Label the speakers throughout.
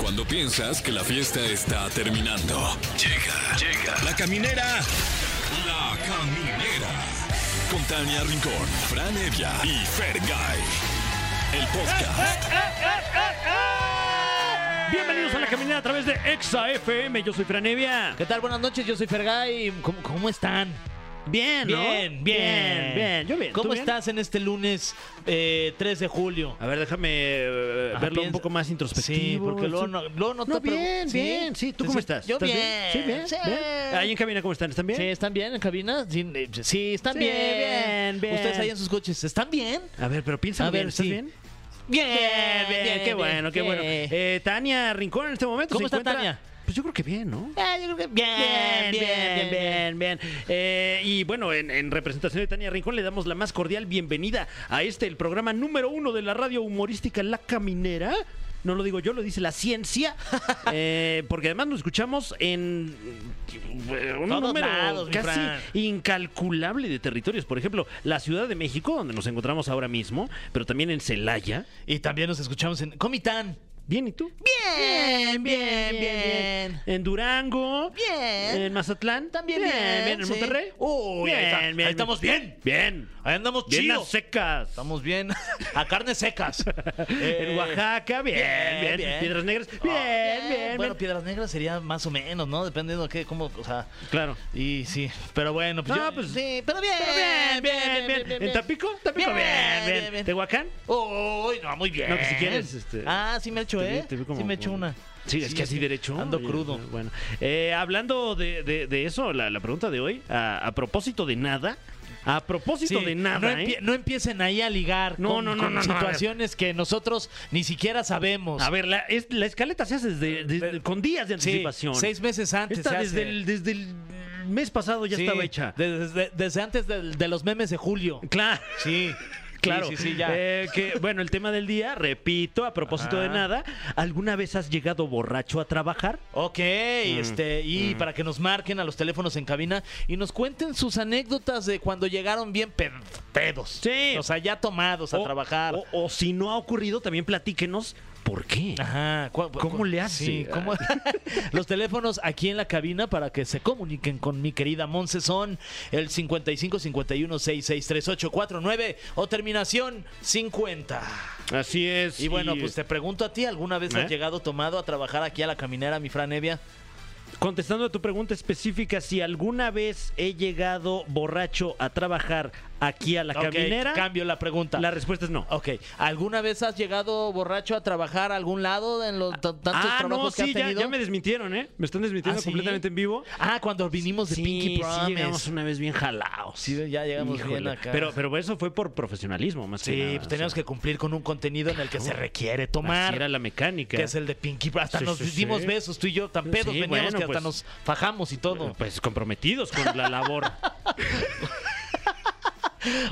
Speaker 1: Cuando piensas que la fiesta está terminando. Llega, llega. La caminera. La caminera. Con Tania Rincón, Fran Evia y Fergay. El podcast.
Speaker 2: Bienvenidos a la caminera a través de Exa FM. Yo soy Franevia.
Speaker 3: ¿Qué tal? Buenas noches, yo soy Fergay. ¿Cómo, cómo están?
Speaker 2: Bien, ¿no?
Speaker 3: Bien, bien,
Speaker 2: Bien, bien. Yo bien. ¿Tú
Speaker 3: ¿Cómo
Speaker 2: bien?
Speaker 3: estás en este lunes eh, 3 de julio?
Speaker 2: A ver, déjame eh,
Speaker 3: Ah,
Speaker 2: verlo un
Speaker 3: piensa-
Speaker 2: poco más
Speaker 3: Sí,
Speaker 2: introspectivo.
Speaker 3: porque luego no, luego no te
Speaker 2: No, bien,
Speaker 3: pregun- ¿Sí?
Speaker 2: bien. Sí, ¿tú
Speaker 3: Sí,
Speaker 2: cómo
Speaker 3: sí.
Speaker 2: estás?
Speaker 3: Yo
Speaker 2: ¿Estás
Speaker 3: bien.
Speaker 2: Sí, bien.
Speaker 3: Sí.
Speaker 2: bien. Ahí en cabina, ¿cómo están? ¿Están bien?
Speaker 3: Sí, ¿están bien en cabina? Sí, eh, sí, están
Speaker 2: Sí,
Speaker 3: bien.
Speaker 2: bien, bien.
Speaker 3: Ustedes ahí en sus coches, ¿están bien?
Speaker 2: A ver, pero piensa
Speaker 3: A
Speaker 2: bien.
Speaker 3: ver,
Speaker 2: ¿Estás
Speaker 3: sí.
Speaker 2: bien?
Speaker 3: Bien,
Speaker 2: qué bueno, qué
Speaker 3: bien.
Speaker 2: bueno.
Speaker 3: Eh,
Speaker 2: Eh, Tania Rincón en este momento.
Speaker 3: ¿Cómo
Speaker 2: se
Speaker 3: está
Speaker 2: encuentra-
Speaker 3: Tania?
Speaker 2: Pues yo creo que bien, ¿no?
Speaker 3: Ah, yo creo que bien,
Speaker 2: Bien, bien, bien, bien, bien. Eh, y bueno, en, en representación de Tania Rincón le damos la más cordial bienvenida a este, el programa número uno de la radio humorística La Caminera. No lo digo yo, lo dice la ciencia. Eh, porque además nos escuchamos en eh, un
Speaker 3: Todos
Speaker 2: número
Speaker 3: lados, mi
Speaker 2: casi
Speaker 3: Fran.
Speaker 2: incalculable de territorios. Por ejemplo, la Ciudad de México, donde nos encontramos ahora mismo, pero también en Celaya.
Speaker 3: Y también nos escuchamos en Comitán.
Speaker 2: Bien, ¿y tú?
Speaker 3: Bien,
Speaker 2: En Durango.
Speaker 3: Bien.
Speaker 2: En Mazatlán.
Speaker 3: También
Speaker 2: Bien.
Speaker 3: bien,
Speaker 2: bien. En
Speaker 3: sí.
Speaker 2: Monterrey.
Speaker 3: Uy, ahí está- ahí estamos bien.
Speaker 2: Bien.
Speaker 3: Ahí andamos
Speaker 2: Bien
Speaker 3: chido.
Speaker 2: a secas.
Speaker 3: Estamos bien. A carnes secas. Eh,
Speaker 2: en Oaxaca, bien, bien.
Speaker 3: bien, bien.
Speaker 2: Piedras Negras, bien,
Speaker 3: Ah,
Speaker 2: bien, bien.
Speaker 3: Bueno, Piedras Negras sería más o menos, ¿no? Dependiendo de qué, cómo, o sea.
Speaker 2: Claro.
Speaker 3: Y sí, pero bueno, pues,
Speaker 2: No,
Speaker 3: yo-
Speaker 2: pues-
Speaker 3: sí, pero bien,
Speaker 2: Pero bien, bien, bien, ¿En Tampico? Tampico,
Speaker 3: Bien,
Speaker 2: bien, bien.
Speaker 3: bien, bien.
Speaker 2: ¿Tehuacán?
Speaker 3: Uy, no, muy bien.
Speaker 2: No, que si quieres, este-
Speaker 3: Ah, sí me echo,
Speaker 2: Te vi-
Speaker 3: ¿eh?
Speaker 2: te vi como-
Speaker 3: sí me echo
Speaker 2: como-
Speaker 3: una.
Speaker 2: Sí, es que así derecho.
Speaker 3: Ando
Speaker 2: Oye,
Speaker 3: crudo.
Speaker 2: Bueno, Eh, hablando de, de- de eso, la, la pregunta de hoy, a, a propósito de nada, a propósito
Speaker 3: Sí,
Speaker 2: de nada,
Speaker 3: no,
Speaker 2: ¿eh?
Speaker 3: empie- no empiecen ahí a ligar
Speaker 2: No,
Speaker 3: con,
Speaker 2: no, no,
Speaker 3: con
Speaker 2: no, no, a ver.
Speaker 3: situaciones que nosotros ni siquiera sabemos.
Speaker 2: A ver, la, es- la escaleta se hace desde, desde- con días de
Speaker 3: Eh, Sí,
Speaker 2: anticipación.
Speaker 3: seis meses antes.
Speaker 2: Esta
Speaker 3: se
Speaker 2: desde,
Speaker 3: hace.
Speaker 2: el, desde el mes pasado ya
Speaker 3: Sí,
Speaker 2: estaba hecha.
Speaker 3: Desde, desde antes del- de, los memes de julio.
Speaker 2: Claro.
Speaker 3: Sí,
Speaker 2: Claro.
Speaker 3: Sí, sí, sí, ya.
Speaker 2: Eh, que, bueno, el tema del día, repito, a propósito de
Speaker 3: Ajá.
Speaker 2: nada, ¿alguna vez has llegado borracho a trabajar?
Speaker 3: Ok,
Speaker 2: Mm.
Speaker 3: este, y para que nos marquen a los teléfonos en cabina y nos cuenten sus anécdotas de cuando llegaron bien pe- pedos.
Speaker 2: Sí.
Speaker 3: O sea, ya tomados a
Speaker 2: O-
Speaker 3: trabajar.
Speaker 2: O, o si no ha ocurrido, también platíquenos por qué.
Speaker 3: Ajá. cu- cu-
Speaker 2: ¿Cómo le hace?
Speaker 3: Sí, ¿cómo? Los teléfonos aquí en la cabina para que se comuniquen con mi querida Monse son el 55 51 66 38 49 o terminación 50.
Speaker 2: Así es.
Speaker 3: Y bueno, pues te pregunto a ti, ¿alguna vez
Speaker 2: ¿Eh?
Speaker 3: has llegado tomado a trabajar aquí a la caminera, mi Fran Evia?
Speaker 2: Contestando a tu pregunta específica, si alguna vez he llegado borracho a trabajar aquí a la
Speaker 3: Ok,
Speaker 2: caminera,
Speaker 3: Cambio la pregunta.
Speaker 2: la respuesta es no.
Speaker 3: Ok, ¿alguna vez has llegado borracho a trabajar a algún lado en los t- tantos
Speaker 2: ah,
Speaker 3: trabajos
Speaker 2: no,
Speaker 3: que
Speaker 2: sí,
Speaker 3: has
Speaker 2: ya,
Speaker 3: tenido?
Speaker 2: ya me desmintieron, ¿eh? Me están desmintiendo
Speaker 3: ¿Ah, sí?
Speaker 2: completamente en vivo.
Speaker 3: Ah, cuando vinimos de
Speaker 2: sí,
Speaker 3: Pinky
Speaker 2: sí,
Speaker 3: Promise.
Speaker 2: llegamos una vez bien jalados.
Speaker 3: Sí, ya llegamos bien acá.
Speaker 2: Pero, pero eso fue por profesionalismo, más que
Speaker 3: sí,
Speaker 2: nada.
Speaker 3: pues teníamos que cumplir con un contenido en el que se requiere
Speaker 2: tomar. era
Speaker 3: tomar.
Speaker 2: la mecánica.
Speaker 3: Que es el de Pinky Promise. Hasta
Speaker 2: Sí,
Speaker 3: nos
Speaker 2: sí,
Speaker 3: dimos
Speaker 2: sí.
Speaker 3: besos tú y yo, tan pedos
Speaker 2: Sí,
Speaker 3: veníamos
Speaker 2: bueno,
Speaker 3: que hasta
Speaker 2: pues.
Speaker 3: nos fajamos y todo.
Speaker 2: Pues comprometidos con la labor.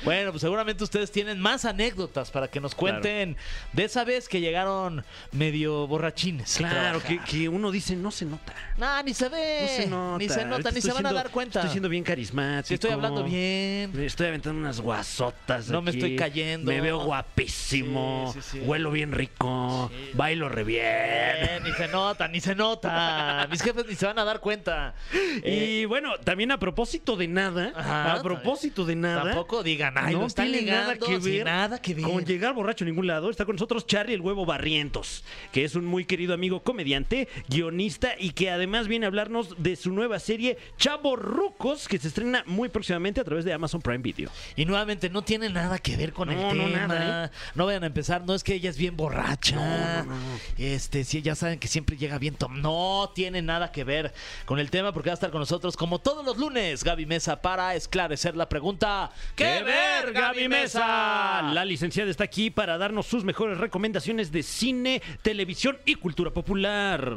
Speaker 3: Bueno, pues seguramente ustedes tienen más anécdotas para que nos
Speaker 2: Claro.
Speaker 3: cuenten de esa vez que llegaron medio borrachines. a
Speaker 2: claro,
Speaker 3: trabajar.
Speaker 2: que, que uno dice, no se nota.
Speaker 3: No, ni se ve.
Speaker 2: No se nota.
Speaker 3: Eh, Ni se nota,
Speaker 2: Ahorita
Speaker 3: ni se
Speaker 2: estoy
Speaker 3: van a
Speaker 2: siendo-
Speaker 3: dar cuenta.
Speaker 2: Estoy siendo bien carismático.
Speaker 3: Si estoy hablando bien.
Speaker 2: Estoy aventando unas guasotas.
Speaker 3: No me
Speaker 2: aquí.
Speaker 3: estoy cayendo.
Speaker 2: Me veo guapísimo.
Speaker 3: Sí, sí, sí.
Speaker 2: Huelo bien rico. Bailo re bien.
Speaker 3: Eh, ni se nota, ni se nota. Mis jefes ni se van a dar cuenta. Eh,
Speaker 2: Y bueno, también a propósito de nada,
Speaker 3: Ajá,
Speaker 2: a propósito de nada,
Speaker 3: tampoco digan, ay, lo
Speaker 2: no
Speaker 3: están
Speaker 2: tiene
Speaker 3: ligando,
Speaker 2: nada que
Speaker 3: sin
Speaker 2: ver,
Speaker 3: nada que ver.
Speaker 2: con llegar borracho a ningún lado. Está con nosotros Charlie el Huevo Barrientos, que es un muy querido amigo comediante, guionista y que además viene a hablarnos de su nueva serie Chavos Rucos, que se estrena muy próximamente a través de Amazon Prime Video.
Speaker 3: Y nuevamente, no tiene nada que ver con
Speaker 2: No,
Speaker 3: el
Speaker 2: no,
Speaker 3: tema.
Speaker 2: nada, ¿eh?
Speaker 3: No vayan a empezar, no es que ella es bien borracha.
Speaker 2: No, no, no.
Speaker 3: Este, sí, ya saben que siempre llega bien tom. No tiene nada que ver con el tema porque va a estar con nosotros como todos los lunes, Gaby Mesa, para esclarecer la pregunta.
Speaker 2: ¡Qué ver, Gaby Mesa! La licenciada está aquí para darnos sus mejores recomendaciones de cine, televisión y cultura popular.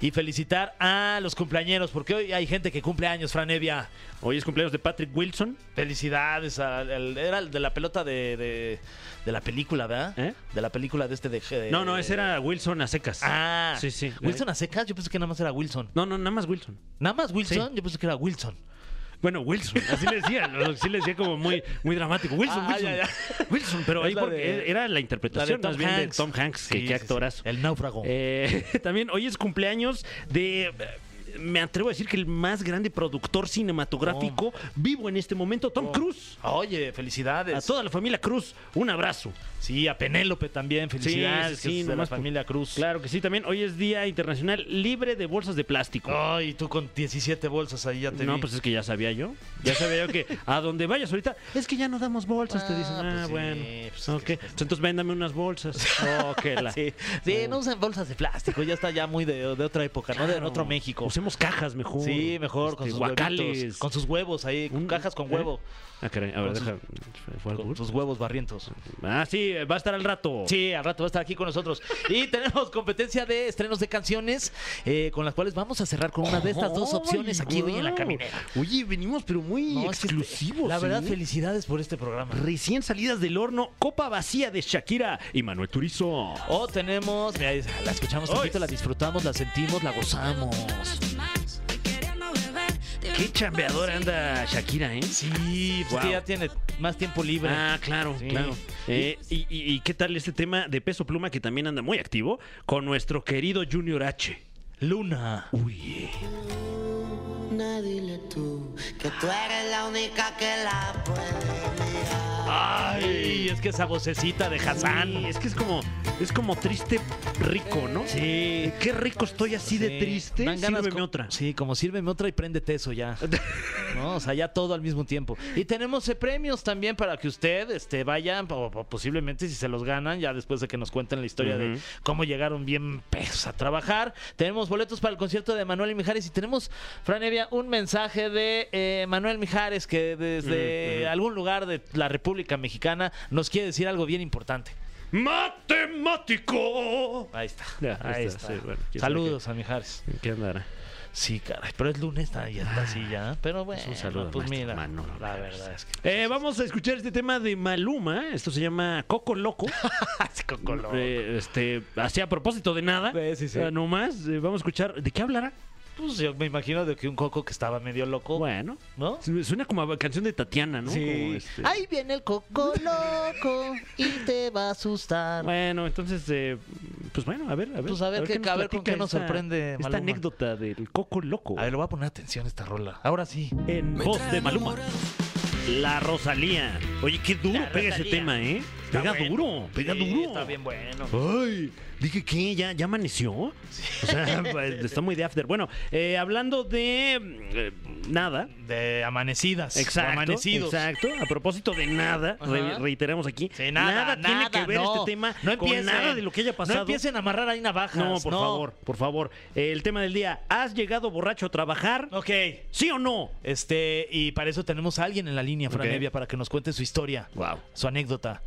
Speaker 3: Y felicitar a los cumpleañeros, porque hoy hay gente que cumple años, Fran Evia.
Speaker 2: Hoy es cumpleaños de Patrick Wilson.
Speaker 3: Felicidades al, al- era el de la pelota de, de, de la película, ¿verdad?
Speaker 2: ¿Eh?
Speaker 3: De la película de este de, de-
Speaker 2: No, no, ese era Wilson a secas.
Speaker 3: Ah,
Speaker 2: Sí, sí.
Speaker 3: Wilson a secas, yo pensé que nada más era Wilson.
Speaker 2: No, no, nada más Wilson.
Speaker 3: Nada más Wilson,
Speaker 2: Sí.
Speaker 3: yo pensé que era Wilson.
Speaker 2: Bueno, Wilson, así le decía, lo- así le decía como muy, muy dramático. Wilson,
Speaker 3: Ah,
Speaker 2: Wilson.
Speaker 3: ya,
Speaker 2: Wilson, pero
Speaker 3: Es
Speaker 2: ahí
Speaker 3: la
Speaker 2: porque
Speaker 3: de-
Speaker 2: era la
Speaker 3: La de
Speaker 2: interpretación
Speaker 3: Tom
Speaker 2: más bien
Speaker 3: Hanks.
Speaker 2: de Tom Hanks, que
Speaker 3: Sí, sí,
Speaker 2: qué
Speaker 3: sí.
Speaker 2: actorazo.
Speaker 3: El náufrago.
Speaker 2: Eh, también hoy es cumpleaños de. eh, Me atrevo a decir que el más grande productor cinematográfico
Speaker 3: Oh.
Speaker 2: vivo en este momento, Tom Cruise.
Speaker 3: Oye, felicidades.
Speaker 2: A toda la familia Cruz, un abrazo.
Speaker 3: Sí, a Penélope también, felicidades.
Speaker 2: sí,
Speaker 3: que es de la
Speaker 2: nomás por-
Speaker 3: familia Cruz.
Speaker 2: Claro que sí, también hoy es Día Internacional Libre de Bolsas de Plástico.
Speaker 3: Ay, tú con 17 bolsas ahí ya te
Speaker 2: No,
Speaker 3: vi.
Speaker 2: pues es que ya sabía yo. Ya sabía yo que a donde vayas ahorita, es que ya no damos bolsas, te dicen.
Speaker 3: Ah,
Speaker 2: Ah,
Speaker 3: pues sí,
Speaker 2: bueno.
Speaker 3: pues es
Speaker 2: ok.
Speaker 3: que-
Speaker 2: Entonces véndame unas bolsas. Oh, que la-
Speaker 3: Sí, sí, no usan bolsas de plástico, ya está ya muy de, de otra época, ¿no? De
Speaker 2: Claro.
Speaker 3: otro México.
Speaker 2: Usemos cajas mejor.
Speaker 3: Sí, mejor, con
Speaker 2: Este,
Speaker 3: sus
Speaker 2: guacales.
Speaker 3: huevitos, Con sus huevos ahí, con
Speaker 2: Un-
Speaker 3: cajas con
Speaker 2: ¿eh?
Speaker 3: huevo.
Speaker 2: Ah, caray, a ver,
Speaker 3: con sus-
Speaker 2: deja. ¿fue al
Speaker 3: Con
Speaker 2: bur?
Speaker 3: sus huevos barrientos.
Speaker 2: Ah, sí, eh, va a estar al rato.
Speaker 3: Sí, al rato va a estar aquí con nosotros. Y tenemos competencia de estrenos de canciones eh, con las cuales vamos a cerrar con una de estas dos
Speaker 2: Ay,
Speaker 3: opciones aquí hoy en la
Speaker 2: guau.
Speaker 3: caminera.
Speaker 2: Oye, venimos, pero muy
Speaker 3: No, es que este-
Speaker 2: exclusivos.
Speaker 3: la verdad,
Speaker 2: ¿eh?
Speaker 3: felicidades por este programa.
Speaker 2: Recién salidas del horno, copa vacía de Shakira y Manuel Turizo.
Speaker 3: O tenemos, mira, la escuchamos
Speaker 2: Ay.
Speaker 3: tantito, la disfrutamos, la sentimos, la gozamos.
Speaker 2: Qué chambeadora anda Shakira, ¿eh?
Speaker 3: Sí, pues
Speaker 2: Wow.
Speaker 3: que ya tiene más tiempo libre.
Speaker 2: Ah, claro,
Speaker 3: Sí.
Speaker 2: claro. Eh, y, y- y qué tal este tema de peso pluma que también anda muy activo con nuestro querido Junior H?
Speaker 3: Luna. eh.
Speaker 2: Uy,
Speaker 4: Nena, dile tú que tú eres la única que la puede mirar.
Speaker 3: Ay, es que esa vocecita de Hassan.
Speaker 2: Hassan. Ah, Es que es como, es como triste rico, ¿no? Eh,
Speaker 3: Sí.
Speaker 2: Qué rico estoy así de
Speaker 3: Sí.
Speaker 2: triste.
Speaker 3: Dan ganas
Speaker 2: Sírveme
Speaker 3: co-
Speaker 2: otra.
Speaker 3: Sí, como sírveme otra y préndete eso ya. No, o sea, ya todo al mismo tiempo. Y tenemos eh, premios también para que usted este, vayan, o, o posiblemente si se los ganan, ya después de que nos cuenten la historia de
Speaker 2: Ujú.
Speaker 3: cómo llegaron bien pesos a trabajar. Tenemos boletos para el concierto de Manuel Mijares y tenemos, Fran Evia, un mensaje de eh, Manuel Mijares que desde algún lugar de la República Mexicana nos quiere decir algo bien importante.
Speaker 2: Matemático.
Speaker 3: Ahí está.
Speaker 2: Ya,
Speaker 3: ahí
Speaker 2: ahí
Speaker 3: está.
Speaker 2: está, sí, bueno, quién sabe
Speaker 3: Saludos a Mijares.
Speaker 2: ¿En qué andará?
Speaker 3: Sí, caray, pero es lunes, está- ya está así ya. Pero bueno,
Speaker 2: un saludo al
Speaker 3: pues
Speaker 2: maestro
Speaker 3: mira,
Speaker 2: Manolo
Speaker 3: la
Speaker 2: Mijares.
Speaker 3: verdad es que
Speaker 2: Eh, vamos a escuchar este tema de Maluma. Esto se llama Coco Loco.
Speaker 3: hace ah, con color.
Speaker 2: Eh, este, así a propósito de nada.
Speaker 3: Sí, sí, sí.
Speaker 2: Eh, no más, eh, vamos a escuchar. ¿De qué hablará?
Speaker 3: Pues yo me imagino de que un coco que estaba medio loco,
Speaker 2: Bueno,
Speaker 3: ¿no?
Speaker 2: su- suena como a canción de Tatiana, ¿no? Como, este-
Speaker 5: Ahí viene el coco loco y te va a asustar.
Speaker 2: Bueno, entonces, eh, pues bueno, a ver, a ver.
Speaker 3: Pues a ver qué- a ver con
Speaker 2: platica
Speaker 3: qué nos
Speaker 2: esta-
Speaker 3: sorprende Maluma.
Speaker 2: Esta anécdota del Coco Loco
Speaker 3: A ver, le voy a poner atención a esta rola. Ahora sí.
Speaker 2: en voz de Maluma. La Rosalía. Oye, qué duro
Speaker 3: La
Speaker 2: pega ese
Speaker 3: Rosalía.
Speaker 2: tema, ¿eh?
Speaker 3: Está
Speaker 2: Pega
Speaker 3: bueno.
Speaker 2: duro, pega
Speaker 3: Sí,
Speaker 2: duro.
Speaker 3: Está bien bueno.
Speaker 2: Ay, dije que ya, ya amaneció. O sea, pues, está muy de after. Bueno, eh, hablando de eh, nada.
Speaker 3: De amanecidas. o
Speaker 2: Exacto.
Speaker 3: Amanecidos.
Speaker 2: Exacto. A propósito de nada,
Speaker 3: Ajá.
Speaker 2: re- reiteramos aquí.
Speaker 3: Sí, nada,
Speaker 2: tiene que
Speaker 3: nada,
Speaker 2: ver
Speaker 3: no.
Speaker 2: este tema
Speaker 3: No
Speaker 2: con
Speaker 3: empiecen.
Speaker 2: nada de lo que haya pasado.
Speaker 3: No empiecen a amarrar ahí navajas.
Speaker 2: No, por favor, por favor. El tema del día, ¿has llegado borracho a trabajar?
Speaker 3: Ok.
Speaker 2: ¿Sí o no?
Speaker 3: Este, y para eso tenemos a alguien en la línea, Fran
Speaker 2: Ok.
Speaker 3: Evia, para que nos cuente su historia.
Speaker 2: Wow.
Speaker 3: su anécdota,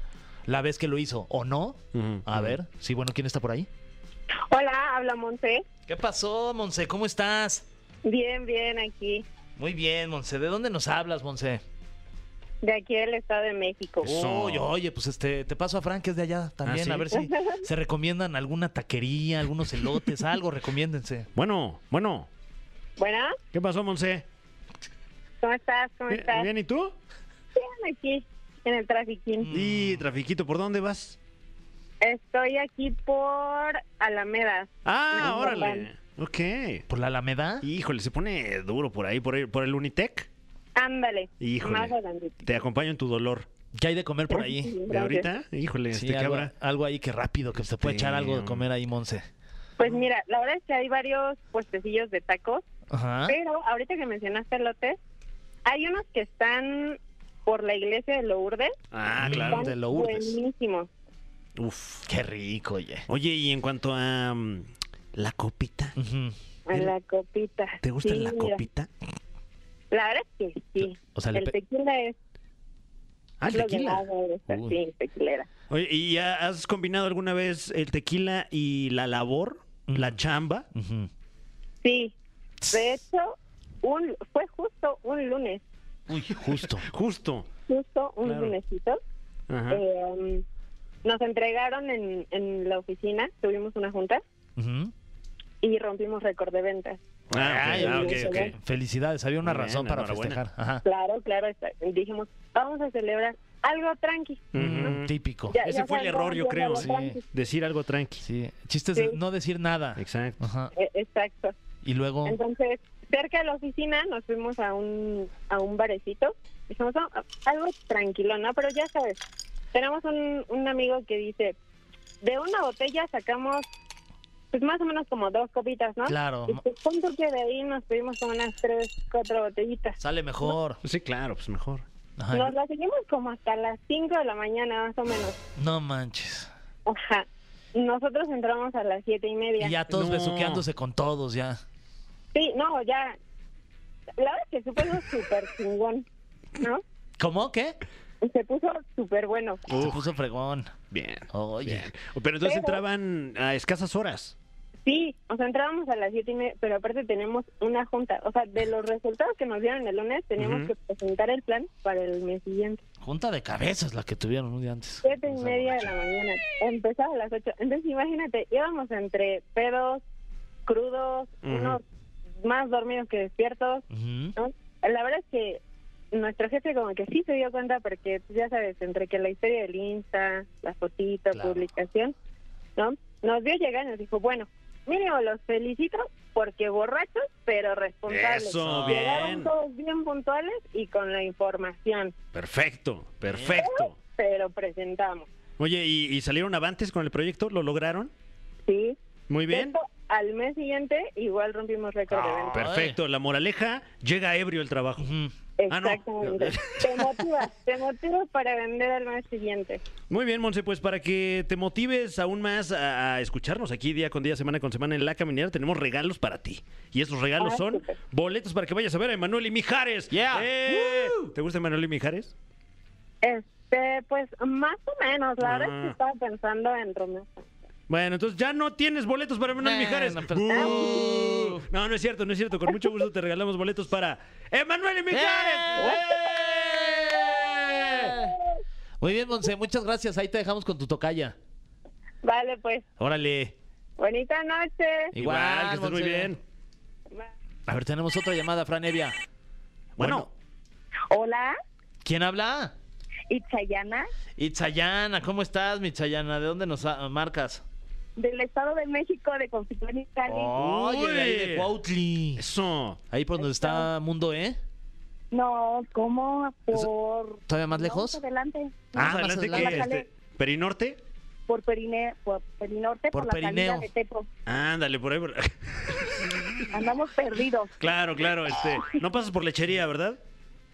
Speaker 3: la vez que lo hizo o no.
Speaker 2: Ujú,
Speaker 3: A
Speaker 2: ujú.
Speaker 3: ver, sí, bueno, ¿quién está por ahí?
Speaker 6: Hola, habla Monse.
Speaker 3: ¿Qué pasó, Monse? ¿Cómo estás?
Speaker 6: Bien, bien, aquí,
Speaker 3: Muy bien, Monse. ¿De dónde nos hablas, Monse?
Speaker 6: de aquí del Estado de México.
Speaker 2: Eso.
Speaker 3: Oye, oye, pues este, te paso a Fran, que es de allá también,
Speaker 2: ¿Ah, ¿sí?
Speaker 3: a ver si se recomiendan alguna taquería, algunos elotes, algo, recomiéndense.
Speaker 2: Bueno, bueno.
Speaker 6: Buena,
Speaker 2: ¿Qué pasó, Monse?
Speaker 6: ¿cómo estás? ¿Cómo
Speaker 2: Bien,
Speaker 6: estás?
Speaker 2: ¿Bien y tú?
Speaker 6: Bien, aquí, en el trafiquín.
Speaker 2: Y, Trafiquito, ¿por dónde vas?
Speaker 6: Estoy aquí por Alameda.
Speaker 2: Ah,
Speaker 6: No,
Speaker 2: órale. Ok.
Speaker 3: ¿Por la Alameda?
Speaker 2: Híjole, se pone duro por ahí, por el, por el Unitec.
Speaker 6: Ándale.
Speaker 2: Híjole.
Speaker 6: Más adelantito.
Speaker 2: Te acompaño en tu dolor.
Speaker 3: ¿Qué hay de comer por ahí?
Speaker 2: ¿De
Speaker 6: Gracias.
Speaker 2: ahorita? Híjole,
Speaker 3: Sí,
Speaker 2: este
Speaker 3: algo,
Speaker 2: cabra.
Speaker 3: algo ahí que rápido, que se puede
Speaker 2: Este,
Speaker 3: echar algo de comer ahí, Monse.
Speaker 6: Pues mira, la verdad es que hay varios puestecillos de tacos,
Speaker 2: Ah.
Speaker 3: Ajá.
Speaker 6: pero ahorita que mencionaste lotes, hay unos que están por la iglesia de Lourdes.
Speaker 2: Ah,
Speaker 3: Mm.
Speaker 2: claro.
Speaker 6: Están
Speaker 3: de Lourdes.
Speaker 6: Buenísimos.
Speaker 2: Uf.
Speaker 3: Qué rico, oye.
Speaker 2: Oye, y en cuanto a mm, la copita,
Speaker 3: Ujú.
Speaker 6: A
Speaker 2: Mira.
Speaker 6: la copita.
Speaker 2: ¿te gusta
Speaker 6: Sí,
Speaker 2: la
Speaker 6: mira.
Speaker 2: copita?
Speaker 6: La verdad es que sí.
Speaker 3: O sea, le
Speaker 6: el
Speaker 3: pe-
Speaker 6: tequila es
Speaker 2: Ah, el
Speaker 6: lo que
Speaker 2: tequila.
Speaker 6: más me gusta.
Speaker 3: Uy.
Speaker 6: Sí, tequilera.
Speaker 2: Oye, ¿y ya has combinado alguna vez el tequila y la labor, la
Speaker 3: Mm.
Speaker 2: chamba?
Speaker 3: Ujú.
Speaker 6: Sí. De hecho, un, fue justo un lunes,
Speaker 3: Uy, justo.
Speaker 2: Justo.
Speaker 6: justo un
Speaker 2: Claro.
Speaker 6: lunesito.
Speaker 2: Ajá.
Speaker 6: eh, nos entregaron en, en la oficina, tuvimos una junta
Speaker 3: Ujú.
Speaker 6: y rompimos récord de ventas.
Speaker 2: Ah, ok, ah, ok, ok.
Speaker 3: Felicidades, había una
Speaker 2: Bueno,
Speaker 3: razón para
Speaker 2: enhorabuena.
Speaker 3: festejar. Ajá.
Speaker 6: Claro, claro, está- dijimos, vamos a celebrar algo tranqui.
Speaker 2: Ujú.
Speaker 3: Típico.
Speaker 6: Ya-
Speaker 2: Ese
Speaker 6: ya
Speaker 2: fue el
Speaker 6: sabes,
Speaker 2: error, yo
Speaker 6: vamos a
Speaker 2: creo.
Speaker 6: algo
Speaker 2: sí.
Speaker 6: tranqui.
Speaker 2: Decir algo tranqui.
Speaker 3: Sí. Chiste es de
Speaker 6: Sí.
Speaker 3: no decir nada.
Speaker 2: Exacto.
Speaker 3: Ajá.
Speaker 6: Eh, Exacto.
Speaker 3: Y luego.
Speaker 6: Entonces, cerca de la oficina nos fuimos a un, a un barecito. Dijimos, "Ah, algo tranquilo, ¿no? Pero ya sabes, tenemos un, un amigo que dice, de una botella sacamos, pues más o menos como dos copitas, ¿no?
Speaker 3: Claro.
Speaker 6: Y pues, punto que de ahí nos pedimos como unas tres, cuatro botellitas.
Speaker 3: Sale mejor.
Speaker 2: Sí, claro, pues mejor.
Speaker 3: Ajá.
Speaker 6: Nos la seguimos como hasta las 5 de la mañana, más o menos.
Speaker 3: No manches.
Speaker 6: Ajá. Nosotros entramos a las siete y media.
Speaker 3: Y ya todos
Speaker 2: No.
Speaker 3: besuqueándose con todos, ya.
Speaker 6: Sí, no, ya. La verdad es que se puso súper chingón, ¿no?
Speaker 3: ¿Cómo? ¿Qué?
Speaker 6: Se puso súper bueno.
Speaker 3: Se
Speaker 2: Uf.
Speaker 3: puso fregón.
Speaker 2: Bien.
Speaker 3: Oye.
Speaker 2: bien. Pero entonces
Speaker 6: Pero-
Speaker 2: entraban a escasas horas.
Speaker 6: Sí, o sea, entrábamos a las siete y media, pero aparte tenemos una junta. O sea, de los resultados que nos dieron el lunes, teníamos
Speaker 2: Ujú.
Speaker 6: que presentar el plan para el mes siguiente.
Speaker 3: Junta de cabezas la que tuvieron un día antes.
Speaker 6: Siete y media de la mañana. Empezaba a las ocho. Entonces, imagínate, íbamos entre pedos, crudos,
Speaker 2: Ujú.
Speaker 6: unos más dormidos que despiertos.
Speaker 3: Ujú.
Speaker 6: ¿no? La verdad es que nuestro jefe como que sí se dio cuenta porque pues, ya sabes, entre que la historia del Insta, la fotito,
Speaker 3: Claro.
Speaker 6: publicación, ¿no? Nos vio llegar y nos dijo, bueno, mínimo los felicito porque borrachos, pero responsables.
Speaker 2: Eso,
Speaker 6: Llegaron
Speaker 2: bien.
Speaker 6: todos bien puntuales y con la información,
Speaker 2: Perfecto, perfecto.
Speaker 6: pero presentamos,
Speaker 2: Oye, ¿y, y salieron avantes con el proyecto? ¿Lo lograron?
Speaker 6: ¿sí?
Speaker 2: Muy bien. Ah,
Speaker 6: Esto, al mes siguiente igual rompimos récord de ventas.
Speaker 2: Perfecto. La moraleja, llega ebrio el trabajo.
Speaker 3: Ah, Ujú.
Speaker 2: ah, no.
Speaker 6: Exactamente. Te motivas, te motivas para vender al mes siguiente.
Speaker 2: Muy bien, Monse, pues para que te motives aún más a, a escucharnos aquí día con día, semana con semana en La Caminera, tenemos regalos para ti. Y esos regalos
Speaker 6: Ah,
Speaker 2: son
Speaker 6: súper.
Speaker 2: boletos para que vayas a ver a Emanuel y Mijares.
Speaker 3: Yeah.
Speaker 2: ¡Eh! ¿Te gusta Emanuel y Mijares?
Speaker 6: Este, pues más o menos, la verdad es
Speaker 2: Ah.
Speaker 6: que estaba pensando en Romeo.
Speaker 2: Bueno, entonces ya no tienes boletos para Emanuel
Speaker 3: Nah,
Speaker 2: Mijares.
Speaker 3: no, pues, pero-
Speaker 2: ¡Bú! No, no es cierto, no es cierto. Con mucho gusto te regalamos boletos para Emanuel y Mijares.
Speaker 3: ¡Eh! Muy bien, Monse, muchas gracias. Ahí te dejamos con tu tocaya.
Speaker 6: Vale, pues,
Speaker 3: Órale.
Speaker 6: bonita noche.
Speaker 2: Igual, que estés muy
Speaker 3: Monse.
Speaker 2: bien.
Speaker 3: A ver, tenemos otra llamada, Fran Evia.
Speaker 2: Bueno,
Speaker 6: Hola,
Speaker 3: ¿Quién habla?
Speaker 6: Itzayana,
Speaker 3: Itzayana, ¿cómo estás, mi Itzayana? ¿De dónde nos ah, marcas?
Speaker 6: del Estado de México, de Constitución y Cali.
Speaker 3: Oh. Oye, de ahí de Cuautli.
Speaker 2: eso.
Speaker 3: Ahí por donde está Mundo, ¿eh?
Speaker 6: No, ¿cómo? Por...
Speaker 3: ¿Todavía más
Speaker 6: no, pues,
Speaker 3: lejos? Ah.
Speaker 6: adelante,
Speaker 2: Más
Speaker 3: más
Speaker 2: adelante
Speaker 3: adelante.
Speaker 2: que este, Perinorte.
Speaker 6: por, Perine, por Perinorte,
Speaker 3: Por
Speaker 6: por, la
Speaker 3: Perineo.
Speaker 6: salida de Tepo.
Speaker 2: Ándale, por ahí. por-
Speaker 6: Andamos perdidos.
Speaker 2: claro, claro, este. No pasas por lechería, ¿verdad?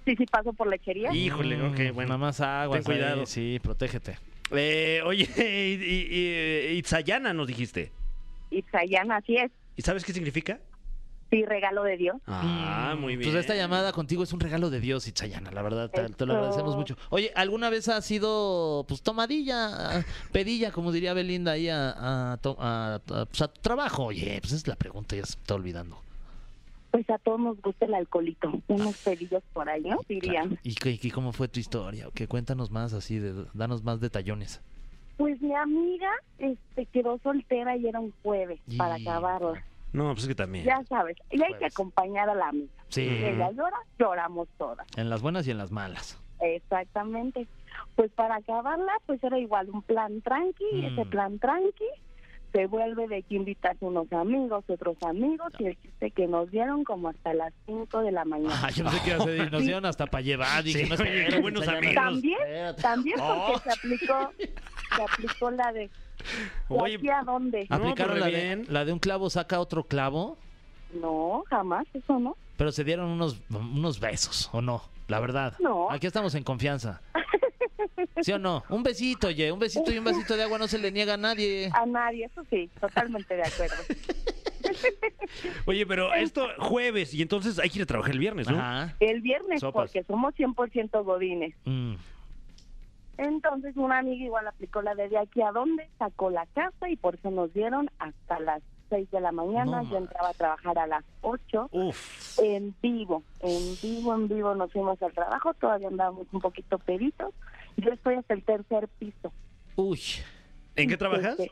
Speaker 6: Sí, sí, paso por lechería.
Speaker 2: Híjole, ok, bueno.
Speaker 3: Mm, Nada más agua.
Speaker 2: Ten cuidado.
Speaker 3: sí, protégete.
Speaker 2: Eh, oye, y, y- y- Itzayana nos dijiste.
Speaker 6: Itzayana, así es.
Speaker 2: ¿Y sabes qué significa?
Speaker 6: Sí, regalo de Dios.
Speaker 2: Ah, muy bien.
Speaker 3: Pues esta llamada contigo es un regalo de Dios, Itzayana, la verdad, te, te lo
Speaker 6: Eso.
Speaker 3: agradecemos mucho. Oye, ¿alguna vez has sido, pues, tomadilla, ah, pedilla, como diría Belinda, ahí a, a to- a- a- pues, a tu trabajo? Oye, pues es la pregunta, ya se me está olvidando.
Speaker 6: Pues a todos nos gusta el alcoholito. Unos pedillos por ahí, ¿no? Dirían.
Speaker 3: Ah. Claro. ¿Y, qué- y cómo fue tu historia? Que cuéntanos más así, de, danos más detallones.
Speaker 6: Pues mi amiga este, quedó soltera y era un jueves
Speaker 3: Y-
Speaker 6: para acabarla.
Speaker 2: No, pues es que también.
Speaker 6: Ya sabes, y hay que
Speaker 3: Jueves.
Speaker 6: acompañar a la amiga.
Speaker 3: Sí,
Speaker 6: Si Ella llora, lloramos todas.
Speaker 3: en las buenas y en las malas.
Speaker 6: Exactamente. Pues para acabarla, pues era igual un plan tranqui. y Ese
Speaker 3: Mm.
Speaker 6: plan tranqui se vuelve de que invitar unos amigos, otros amigos. Y el chiste que nos dieron como hasta las 5 de la mañana.
Speaker 3: Ah, yo no sé qué hacer, nos dieron hasta para llevar. Dije,
Speaker 2: Sí,
Speaker 3: no,
Speaker 2: oye, qué
Speaker 3: espérate,
Speaker 2: buenos
Speaker 3: Itzayana.
Speaker 2: amigos.
Speaker 6: También,
Speaker 3: Espérate.
Speaker 6: también porque
Speaker 3: Oh.
Speaker 6: se aplicó, se aplicó la de ¿de
Speaker 2: Oye,
Speaker 6: aquí a dónde?
Speaker 2: No,
Speaker 3: Aplicaron
Speaker 2: pero
Speaker 3: la,
Speaker 2: re
Speaker 3: de,
Speaker 2: bien.
Speaker 3: la de un clavo saca otro clavo,
Speaker 6: No, jamás, eso no.
Speaker 3: pero se dieron unos, unos besos, ¿o no? La verdad.
Speaker 6: No.
Speaker 3: Aquí estamos en confianza. ¿Sí o no? Un besito, oye, un besito y un vasito de agua no se le niega a nadie.
Speaker 6: A nadie, eso sí, totalmente de acuerdo.
Speaker 2: Oye, pero esto jueves y entonces hay que ir a trabajar el viernes, ¿no?
Speaker 3: Ajá.
Speaker 6: El viernes,
Speaker 2: Sopas.
Speaker 6: porque somos 100% godines.
Speaker 3: Mm.
Speaker 6: Entonces, una amiga igual aplicó la de de aquí a dónde, sacó la casa y por eso nos dieron hasta las 6 de la mañana.
Speaker 3: No
Speaker 6: Yo entraba a trabajar a las 8
Speaker 2: Uf.
Speaker 6: en vivo, en vivo, en vivo nos fuimos al trabajo. Todavía andábamos un poquito peditos. Yo estoy hasta el tercer piso.
Speaker 3: Uy.
Speaker 2: ¿En qué trabajas?
Speaker 6: Este,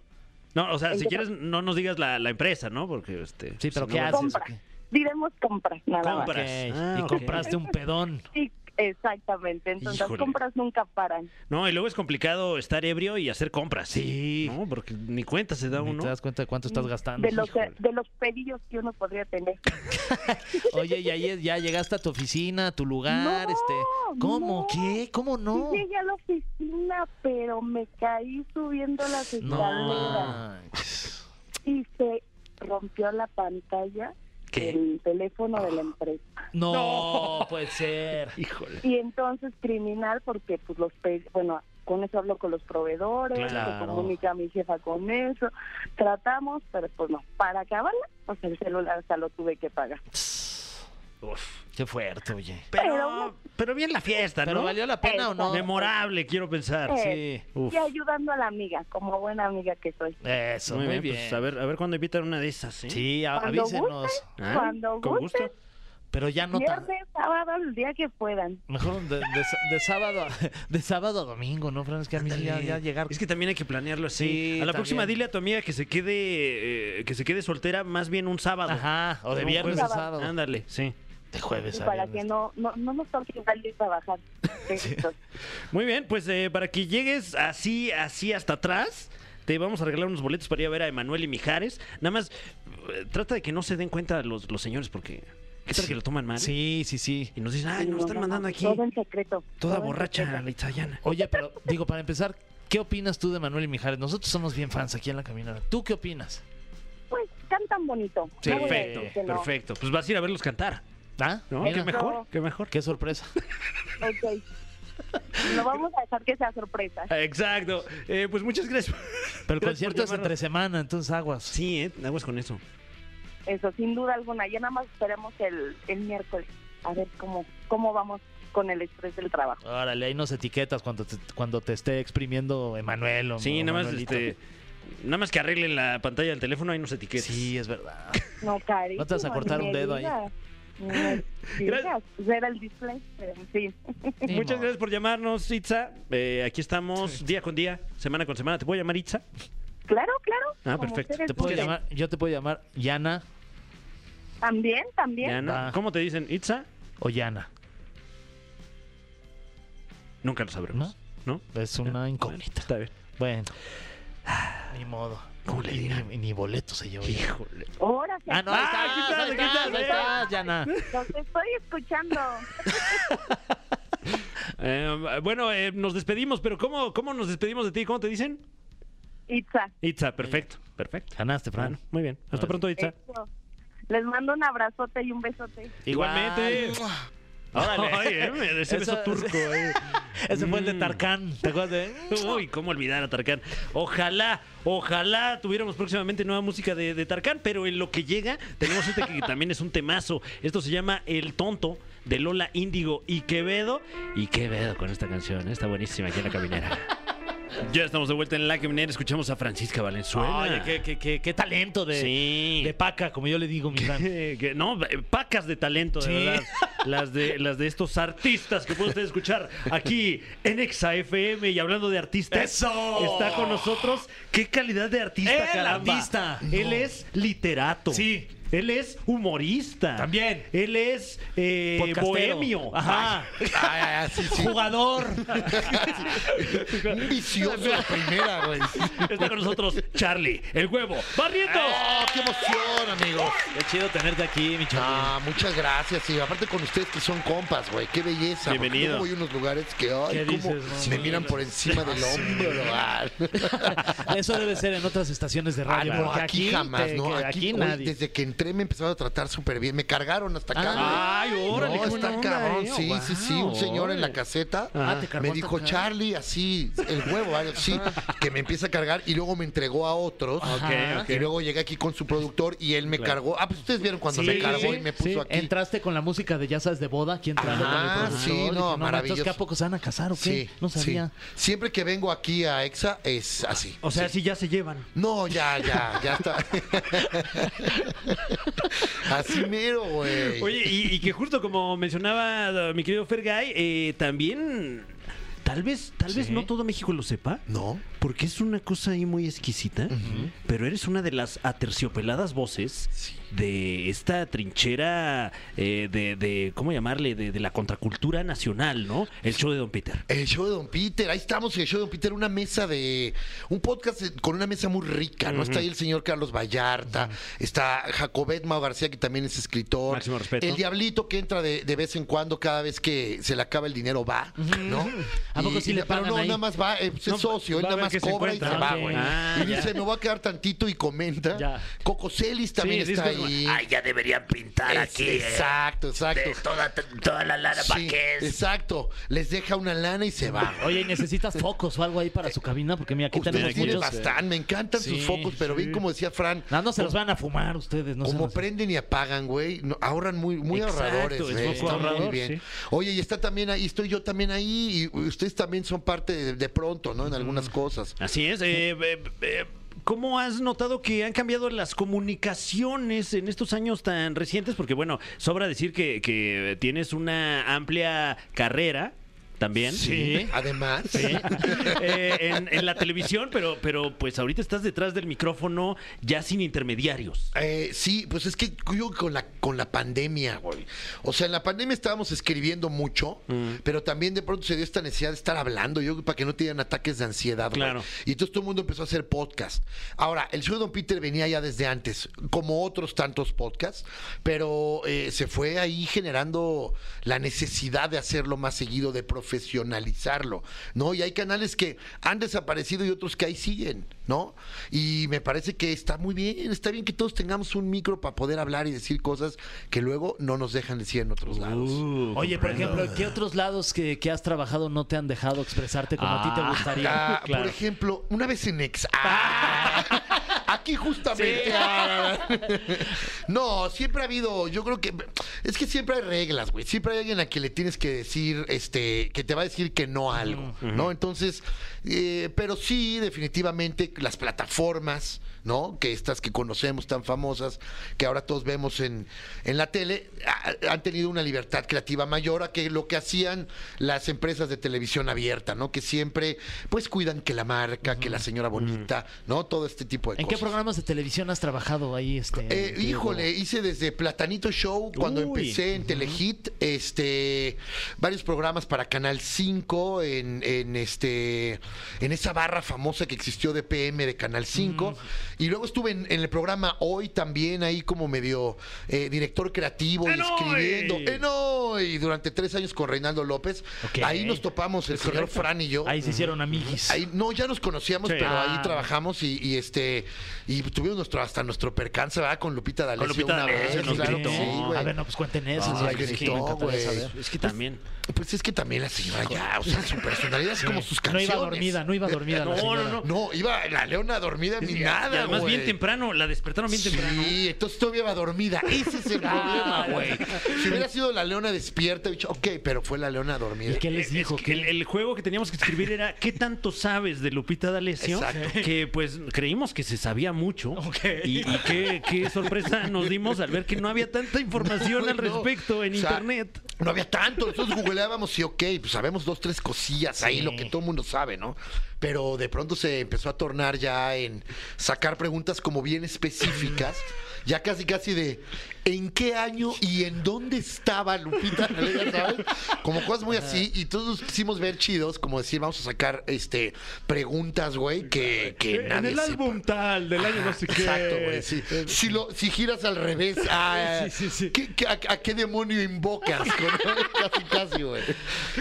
Speaker 2: No, o sea,
Speaker 6: ¿En
Speaker 2: si
Speaker 6: qué
Speaker 2: quieres, no nos digas la, la empresa, ¿no? Porque este.
Speaker 3: Sí, pero
Speaker 2: si
Speaker 3: ¿qué
Speaker 2: no-
Speaker 3: haces?
Speaker 6: compra.
Speaker 3: o qué?
Speaker 6: diremos compras, nada
Speaker 2: Compras.
Speaker 6: más.
Speaker 2: Ah,
Speaker 3: y
Speaker 2: ok.
Speaker 3: compraste un pedón.
Speaker 6: Sí, exactamente. Entonces,
Speaker 2: Híjole.
Speaker 6: las compras nunca paran.
Speaker 2: No, y luego es complicado estar ebrio y hacer compras.
Speaker 3: Sí.
Speaker 2: No, porque ni cuenta se da
Speaker 3: Ni
Speaker 2: uno.
Speaker 3: te das cuenta de cuánto estás
Speaker 2: Ah,
Speaker 3: gastando.
Speaker 6: De los,
Speaker 3: Híjole.
Speaker 6: de los pedillos que uno podría tener.
Speaker 3: Oye, y ahí ya llegaste a tu oficina, a tu lugar,
Speaker 6: No,
Speaker 3: este. ¿Cómo?
Speaker 6: no.
Speaker 3: ¿Qué? ¿Cómo no?
Speaker 6: Sí llegué a la oficina, pero me caí subiendo las
Speaker 3: No
Speaker 6: escaleras
Speaker 3: manches.
Speaker 6: y se rompió la pantalla
Speaker 2: ¿Qué? Ah.
Speaker 6: del teléfono de la empresa.
Speaker 3: No, puede ser.
Speaker 2: Híjole.
Speaker 6: Y entonces criminal porque pues los pe- bueno, con eso hablo con los proveedores,
Speaker 2: Claro.
Speaker 6: se comunica mi jefa con eso, tratamos, pero pues no, para acabarla, pues el celular hasta lo tuve que pagar.
Speaker 2: Uf.
Speaker 3: Qué fuerte, oye.
Speaker 2: Pero, pero bien la fiesta,
Speaker 3: ¿Pero
Speaker 2: ¿Ah, ¿no?
Speaker 3: valió la pena o no?
Speaker 2: Memorable, quiero pensar.
Speaker 3: Sí.
Speaker 2: Uf.
Speaker 6: Y ayudando a la amiga, como buena amiga que soy.
Speaker 3: Eso, muy, bien.
Speaker 2: pues, a ver, a ver cuándo invitan una de esas, ¿eh? ¿sí?
Speaker 3: Sí, a-
Speaker 6: Cuando
Speaker 3: avísenos.
Speaker 6: gusten,
Speaker 2: Ah,
Speaker 6: cuando
Speaker 2: con gusto.
Speaker 6: gusten,
Speaker 3: Pero ya no tan.
Speaker 6: viernes, sábado, el día que puedan.
Speaker 3: Mejor de, de s- de sábado a, de sábado a domingo, ¿no, Fran? Es que a mí sí ya,
Speaker 2: Ándale.
Speaker 3: ya llegar.
Speaker 2: Es que también hay que planearlo así.
Speaker 3: Sí,
Speaker 2: a la
Speaker 3: también.
Speaker 2: próxima dile a tu amiga que se quede eh, que se quede soltera más bien un sábado.
Speaker 3: Ajá, o de
Speaker 2: Un
Speaker 3: viernes a
Speaker 2: jueves.
Speaker 3: sábado.
Speaker 2: Ándale, sí.
Speaker 3: De
Speaker 6: Y
Speaker 3: jueves a
Speaker 6: para que
Speaker 3: viernes.
Speaker 6: no, no, no nos toque igual de trabajar. Eso.
Speaker 2: Muy bien, pues eh, para que llegues así, así hasta atrás, te vamos a regalar unos boletos para ir a ver a Emanuel y Mijares. Nada más, eh, trata de que no se den cuenta los, los señores, porque ¿qué tal que lo toman mal?
Speaker 3: Sí, sí, sí.
Speaker 2: Y nos dicen, ay,
Speaker 6: Sí,
Speaker 2: nos
Speaker 6: no,
Speaker 2: están
Speaker 6: no,
Speaker 2: mandando
Speaker 6: no,
Speaker 2: aquí
Speaker 6: Todo en secreto.
Speaker 2: toda
Speaker 6: todo en
Speaker 2: borracha
Speaker 6: secreto.
Speaker 2: la italiana.
Speaker 3: Oye, pero digo, para empezar, ¿qué opinas tú de Manuel y Mijares? Nosotros somos bien fans aquí en la caminada. ¿Tú qué opinas?
Speaker 6: Pues cantan bonito.
Speaker 3: Sí,
Speaker 6: no voy a
Speaker 2: perfecto,
Speaker 6: decir que no.
Speaker 2: perfecto. Pues vas a ir a verlos cantar,
Speaker 3: ¿Ah?
Speaker 2: ¿no?
Speaker 3: Mira,
Speaker 2: Qué mejor, qué mejor.
Speaker 3: Qué sorpresa.
Speaker 6: Ok. Lo vamos a dejar que sea sorpresa.
Speaker 2: Exacto. Eh, pues muchas gracias.
Speaker 3: Pero el
Speaker 2: Gracias por
Speaker 3: concierto es
Speaker 2: llamarnos.
Speaker 3: entre semana, entonces aguas.
Speaker 2: Sí, ¿eh? Aguas con eso.
Speaker 6: Eso, sin duda alguna. Ya nada más esperemos el, el miércoles. A ver cómo, cómo vamos con el estrés del trabajo.
Speaker 3: Órale, ahí nos etiquetas cuando te, cuando te esté exprimiendo Emanuel o
Speaker 2: Sí,
Speaker 3: o
Speaker 2: nada más,
Speaker 3: Manuelito.
Speaker 2: este, nada más que arreglen la pantalla del teléfono, ahí nos etiquetes.
Speaker 3: Sí, es verdad.
Speaker 6: No, cariño.
Speaker 3: No te vas a cortar un dedo ahí.
Speaker 6: ahí. Gracias. Era el display, pero sí.
Speaker 3: Ni
Speaker 2: Muchas
Speaker 3: modo.
Speaker 2: gracias por llamarnos, Itza. Eh, aquí estamos día con día, semana con semana. ¿Te puedo llamar Itza?
Speaker 6: Claro, claro.
Speaker 2: Ah,
Speaker 6: como
Speaker 2: perfecto.
Speaker 6: ustedes
Speaker 3: ¿Te puedo
Speaker 6: gusten.
Speaker 3: llamar, yo te puedo llamar Yana
Speaker 6: También, también.
Speaker 2: Diana.
Speaker 3: Va.
Speaker 2: ¿Cómo te dicen? ¿Itza?
Speaker 3: o Yana.
Speaker 2: Nunca lo sabremos. ¿No?
Speaker 3: Es una incógnita.
Speaker 2: Está bien.
Speaker 3: Bueno.
Speaker 2: Ah.
Speaker 3: Ni modo.
Speaker 2: ¿Cómo le
Speaker 3: Y
Speaker 2: dirán?
Speaker 3: ni, y ni boleto se llevó. Yana.
Speaker 2: Híjole.
Speaker 6: Ahora sí.
Speaker 3: Ah, no, ahí estás,
Speaker 2: Ah,
Speaker 3: ahí
Speaker 2: aquí
Speaker 3: estás,
Speaker 2: estás, aquí estás.
Speaker 3: ahí estás, Yana.
Speaker 6: Los estoy escuchando.
Speaker 2: Eh, bueno, eh, nos despedimos, pero ¿cómo, ¿cómo nos despedimos de ti? ¿Cómo te dicen?
Speaker 6: Itza.
Speaker 2: Itza, perfecto. Perfecto.
Speaker 3: Ganaste, Fran.
Speaker 2: Bueno, muy bien. Hasta pronto, Itza.
Speaker 6: Eso. Les mando un abrazote y un besote.
Speaker 2: Igualmente.
Speaker 3: Órale.
Speaker 2: Ay, eh, me decía
Speaker 3: Eso-
Speaker 2: beso turco. eh.
Speaker 3: Ese fue el de
Speaker 2: Mm.
Speaker 3: Tarkan. ¿Te acuerdas de?
Speaker 2: Uy, cómo olvidar a Tarkan. Ojalá, ojalá tuviéramos próximamente nueva música de, de Tarkan, pero en lo que llega tenemos este que también es un temazo. Esto se llama El Tonto de Lola Índigo y Quevedo. Y Quevedo con esta canción, ¿eh? está buenísima aquí en la caminera. ya estamos de vuelta en la caminera, escuchamos a Francisca Valenzuela.
Speaker 3: Oye, qué, qué, qué, qué talento de,
Speaker 2: Sí.
Speaker 3: de paca, como yo le digo, mi Fran.
Speaker 2: Eh, que- no, eh, pacas de talento, de
Speaker 3: Sí.
Speaker 2: verdad. Las de, las de estos artistas que puede usted escuchar aquí en Exa FM y hablando de artistas.
Speaker 3: ¡Eso!
Speaker 2: Está con nosotros. ¡Qué calidad de artista,
Speaker 3: ¡El
Speaker 2: caramba!
Speaker 3: artista!
Speaker 2: Él
Speaker 3: No.
Speaker 2: es literato.
Speaker 3: Sí.
Speaker 2: Él es humorista.
Speaker 3: También.
Speaker 2: Él es eh,
Speaker 3: Podcastero.
Speaker 2: bohemio.
Speaker 3: Ajá.
Speaker 7: Ah, sí, sí.
Speaker 3: Jugador.
Speaker 7: Un vicioso la primera, güey.
Speaker 2: Ah, Está con nosotros Charlie, el huevo, barrientos.
Speaker 7: ¡Oh, qué emoción, amigos!
Speaker 3: Qué chido tenerte aquí, mi chaval.
Speaker 7: Ah, muchas gracias. Y aparte con ustedes que son compas, güey. Qué belleza. porque
Speaker 2: Bienvenido.
Speaker 7: luego Voy a unos lugares que,
Speaker 3: ¿Qué
Speaker 7: ay, cómo
Speaker 3: dices, no?
Speaker 7: me miran por encima del hombro. ah.
Speaker 3: Eso debe ser en otras estaciones de
Speaker 7: Ah,
Speaker 3: radio.
Speaker 7: no,
Speaker 3: Ah, porque
Speaker 7: aquí,
Speaker 3: aquí,
Speaker 7: jamás,
Speaker 3: te-
Speaker 7: ¿no?
Speaker 3: que-
Speaker 7: Aquí,
Speaker 3: aquí
Speaker 7: uy,
Speaker 3: nadie.
Speaker 7: desde que entré me empezaron a tratar súper bien. Me cargaron hasta acá.
Speaker 3: Ah,
Speaker 7: güey.
Speaker 2: Ay, órale,
Speaker 7: no,
Speaker 2: qué buena
Speaker 7: está
Speaker 2: onda,
Speaker 7: cabrón.
Speaker 2: eh.
Speaker 7: Sí,
Speaker 2: Wow,
Speaker 7: sí, sí. Un señor en la
Speaker 2: órale.
Speaker 7: caseta
Speaker 2: Ah, te
Speaker 7: me dijo, Charlie, así, el huevo, algo así, que me empieza a cargar y luego me entregó a otros.
Speaker 2: Ajá. ok.
Speaker 7: Y luego llegué aquí con su productor y él me cargó. Ah, pues ustedes vieron cuando
Speaker 2: Sí,
Speaker 7: me cargó
Speaker 2: sí,
Speaker 7: y me puso
Speaker 2: sí.
Speaker 7: aquí.
Speaker 3: Entraste con la música de Ya sabes de boda, aquí entrando
Speaker 7: Ajá,
Speaker 3: con el productor.
Speaker 7: sí,
Speaker 3: Dije,
Speaker 7: no,
Speaker 3: manches,
Speaker 7: maravilloso.
Speaker 3: ¿qué a poco se van a casar o qué?
Speaker 7: Sí,
Speaker 3: no sabía.
Speaker 7: sí. Siempre que vengo aquí a EXA es así.
Speaker 2: O sea, si ya se llevan.
Speaker 7: No, ya, ya, ya está. así mero, güey.
Speaker 2: Oye, y, y que justo como mencionaba eh, mi querido Fergay, eh, también. Tal vez, tal vez
Speaker 3: Sí.
Speaker 2: no todo México lo sepa.
Speaker 7: No.
Speaker 2: Porque es una cosa ahí muy exquisita, pero eres una de las aterciopeladas voces de esta trinchera eh, de, de- ¿cómo llamarle? De, de la contracultura nacional, ¿no? El show de Don Peter.
Speaker 7: El show de Don Peter, ahí estamos en el show de Don Peter, una mesa de. Un podcast con una mesa muy rica, ¿no? Está ahí el señor Carlos Vallarta, está Jacobet Mao García, que también es escritor.
Speaker 2: Máximo respeto.
Speaker 7: El Diablito que entra de, de vez en cuando, cada vez que se le acaba el dinero va, ¿no?
Speaker 3: ¿A poco sí le
Speaker 7: pero
Speaker 3: pagan
Speaker 7: no,
Speaker 3: ahí?
Speaker 7: nada más va, eh, pues es
Speaker 2: No,
Speaker 7: socio, él
Speaker 2: va a
Speaker 7: nada
Speaker 2: ver
Speaker 7: más
Speaker 2: qué se
Speaker 7: cobra y se
Speaker 2: encuentra.
Speaker 7: va,
Speaker 2: Ok.
Speaker 7: güey.
Speaker 2: Ah,
Speaker 7: y
Speaker 2: ya.
Speaker 7: dice, me voy a quedar tantito y comenta.
Speaker 3: Ya.
Speaker 7: Coco Celis también
Speaker 2: Sí,
Speaker 7: está
Speaker 2: dices,
Speaker 7: ahí.
Speaker 8: Ay, ya deberían pintar
Speaker 7: Es-
Speaker 8: aquí. eh,
Speaker 7: exacto, exacto.
Speaker 8: de toda, toda la lana, ¿para
Speaker 7: Sí,
Speaker 8: qué es?
Speaker 7: exacto. Les deja una lana y se va.
Speaker 3: Oye, ¿y ¿necesitas focos o algo ahí para su cabina? Porque mira, aquí
Speaker 7: Ustedes
Speaker 3: tenemos
Speaker 7: tienen
Speaker 3: muchos.
Speaker 7: bastante, me encantan sus
Speaker 3: Sí,
Speaker 7: focos, pero bien
Speaker 3: sí.
Speaker 7: como decía Fran,
Speaker 3: No, no se los van a fumar ustedes, no se
Speaker 7: como
Speaker 3: los-
Speaker 7: prenden y apagan, güey, no, ahorran muy, muy
Speaker 2: Exacto,
Speaker 7: ahorradores,
Speaker 2: es poco
Speaker 7: güey, está muy
Speaker 2: ahorrador,
Speaker 7: bien.
Speaker 2: sí.
Speaker 7: Oye, y está también ahí, estoy yo también ahí, y ustedes también son parte de, de pronto, ¿no? En algunas cosas.
Speaker 2: Así es. eh, eh, eh, ¿Cómo has notado que han cambiado las comunicaciones en estos años tan recientes? Porque, bueno, sobra decir que, que tienes una amplia carrera también.
Speaker 7: Además,
Speaker 2: Eh, en, en la televisión, pero, pero pues ahorita estás detrás del micrófono ya sin intermediarios.
Speaker 7: Eh, sí, pues es que yo con la, con la pandemia, güey. O sea, en la pandemia estábamos escribiendo mucho, pero también de pronto se dio esta necesidad de estar hablando, yo creo, para que no te dieran ataques de ansiedad, güey.
Speaker 2: Claro.
Speaker 7: Y entonces todo el mundo empezó a hacer podcast. Ahora, el show de Don Peter venía ya desde antes, como otros tantos podcasts, pero eh, se fue ahí generando la necesidad de hacerlo más seguido, de profesionalizarlo, ¿no? Y hay canales que han desaparecido y otros que ahí siguen, ¿no? Y me parece que está muy bien, está bien que todos tengamos un micro para poder hablar y decir cosas que luego no nos dejan decir en otros lados.
Speaker 2: Uh,
Speaker 3: Oye, por ejemplo, ¿qué otros lados que, que has trabajado no te han dejado expresarte como a ti te
Speaker 2: Ah,
Speaker 3: gustaría?
Speaker 7: Ah, Por ejemplo, una vez en ex. Ah. Aquí justamente.
Speaker 3: Sí.
Speaker 7: Ah. No, siempre ha habido, yo creo que es que siempre hay reglas, güey. Siempre hay alguien a quien le tienes que decir, este, que te va a decir que no a algo, ¿no? Entonces, eh, pero sí, definitivamente las plataformas, ¿no? Que estas que conocemos tan famosas, que ahora todos vemos en, en la tele, ha- han tenido una libertad creativa mayor a que lo que hacían las empresas de televisión abierta, ¿no? Que siempre, pues, cuidan que la marca, que la señora bonita, ¿no? Todo este tipo de
Speaker 3: ¿En
Speaker 7: cosas.
Speaker 3: qué programas de televisión has trabajado ahí? Este,
Speaker 7: Eh,
Speaker 3: Diego?
Speaker 7: híjole, hice desde Platanito Show cuando
Speaker 2: Uy.
Speaker 7: empecé en Telehit, este, varios programas para Canal 5, en, en este, en esa barra famosa que existió de PM de Canal 5, y luego estuve en, en el programa Hoy también ahí como medio eh, director creativo y
Speaker 2: ¡En Hoy!
Speaker 7: escribiendo en Hoy durante tres años con Reinaldo López,
Speaker 3: Ok.
Speaker 7: ahí nos topamos el señor Fran y yo.
Speaker 3: Ahí se hicieron amiguis.
Speaker 7: Ahí- no, ya nos conocíamos,
Speaker 2: Sí.
Speaker 7: pero
Speaker 3: Ah.
Speaker 7: ahí trabajamos y, y, este y tuvimos nuestro, hasta nuestro percance, ¿verdad? Con Lupita D'Alessio
Speaker 2: Lupita
Speaker 7: una
Speaker 2: D'Alessio,
Speaker 7: vez,
Speaker 2: nos
Speaker 7: claro
Speaker 2: gritó.
Speaker 7: que sí, güey.
Speaker 3: A ver, no, pues cuenten eso.
Speaker 7: Ay,
Speaker 3: sí, sí, sí,
Speaker 7: gritó,
Speaker 3: me encantaría
Speaker 7: güey.
Speaker 3: saber.
Speaker 2: Es que también.
Speaker 7: Pues es que también la señora ya, o sea, su personalidad es como sus
Speaker 3: No
Speaker 7: canciones.
Speaker 3: iba dormida, no iba dormida. la
Speaker 2: No,
Speaker 3: señora.
Speaker 2: no, no.
Speaker 7: No, iba la leona dormida ni nada,
Speaker 2: y además
Speaker 7: güey.
Speaker 2: bien temprano, la despertaron bien temprano.
Speaker 7: Sí, entonces todavía iba dormida. Ese es el problema, güey. Si hubiera sido la leona despierta, he dicho, ok, pero fue la leona dormida.
Speaker 3: ¿Y qué les dijo?
Speaker 2: Eh, Es que el, el juego que teníamos que escribir era ¿Qué tanto sabes de Lupita D'Alessio?
Speaker 7: Exacto.
Speaker 2: Que pues creímos que se sabía mucho. Y, y qué, qué sorpresa nos dimos al ver que no había tanta información al
Speaker 7: No, no.
Speaker 2: respecto en
Speaker 7: O sea,
Speaker 2: internet.
Speaker 7: No había tanto, nosotros googleábamos y ok, pues sabemos dos, tres cosillas ahí, lo que todo el mundo sabe, ¿no? Pero de pronto se empezó a tornar ya en sacar preguntas como bien específicas, ya casi casi de ¿en qué año y en dónde estaba Lupita? D'Alessio, ¿sabes? Como cosas muy así, y todos nos quisimos ver chidos, como decir, vamos a sacar este preguntas, güey, que, que nadie sepa.
Speaker 2: tal del año no sé
Speaker 7: Exacto, güey, sí. Si, lo, si giras al revés, ah, ¿qué- qué- a, a qué demonio invocas? casi, casi, güey.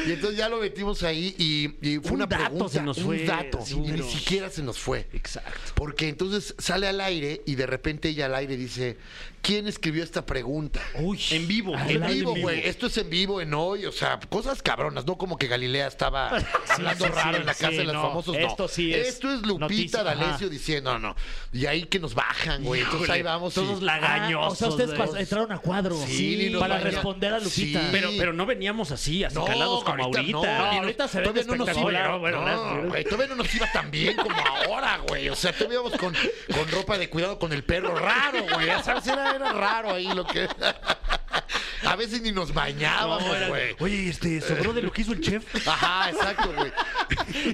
Speaker 7: Y entonces ya lo metimos ahí y, y fue
Speaker 2: Un
Speaker 7: una
Speaker 2: dato
Speaker 7: pregunta.
Speaker 2: se nos
Speaker 7: un
Speaker 2: fue,
Speaker 7: dato.
Speaker 2: sí,
Speaker 7: y ni
Speaker 2: pero-
Speaker 7: siquiera se nos fue.
Speaker 2: Exacto.
Speaker 7: Porque entonces sale al aire y de repente ella al aire dice, ¿quién escribió esta pregunta?
Speaker 3: Uy.
Speaker 2: En vivo.
Speaker 3: Al
Speaker 7: En
Speaker 3: aire
Speaker 7: vivo, güey. Esto es en vivo, en hoy. O sea, cosas cabronas. No como que Galilea estaba hablando
Speaker 3: sí,
Speaker 7: raro
Speaker 3: sí,
Speaker 7: en la casa
Speaker 3: sí,
Speaker 7: de los
Speaker 3: no.
Speaker 7: famosos. No.
Speaker 3: Esto sí es
Speaker 7: Esto es
Speaker 3: noticia,
Speaker 7: Lupita
Speaker 3: ajá.
Speaker 7: D'Alessio diciendo, no, no. Y ahí que nos bajan, güey. Entonces
Speaker 2: Híjole,
Speaker 7: ahí vamos. y-
Speaker 2: Todos lagañosos.
Speaker 3: Ah, o sea, ustedes
Speaker 2: de-
Speaker 3: pas- entraron a cuadro
Speaker 7: Sí, ni nos
Speaker 3: para
Speaker 7: baña-
Speaker 3: responder a Lupita.
Speaker 7: Sí.
Speaker 2: Pero, pero no veníamos así, acicalados como ahorita.
Speaker 3: no. ahorita se ven
Speaker 7: todavía no nos
Speaker 3: espectacular.
Speaker 7: iba,
Speaker 3: Bueno,
Speaker 7: no,
Speaker 3: gracias.
Speaker 7: güey, todavía no nos iba tan bien como ahora, güey. O sea, todavía íbamos con, con ropa de cuidado con el perro raro, güey. Ya sabes, era, era raro ahí lo que. A veces ni nos
Speaker 2: No,
Speaker 7: bañábamos,
Speaker 2: era-
Speaker 7: güey.
Speaker 2: Oye, este, sobró de lo que hizo el chef.
Speaker 7: Ajá, exacto, güey.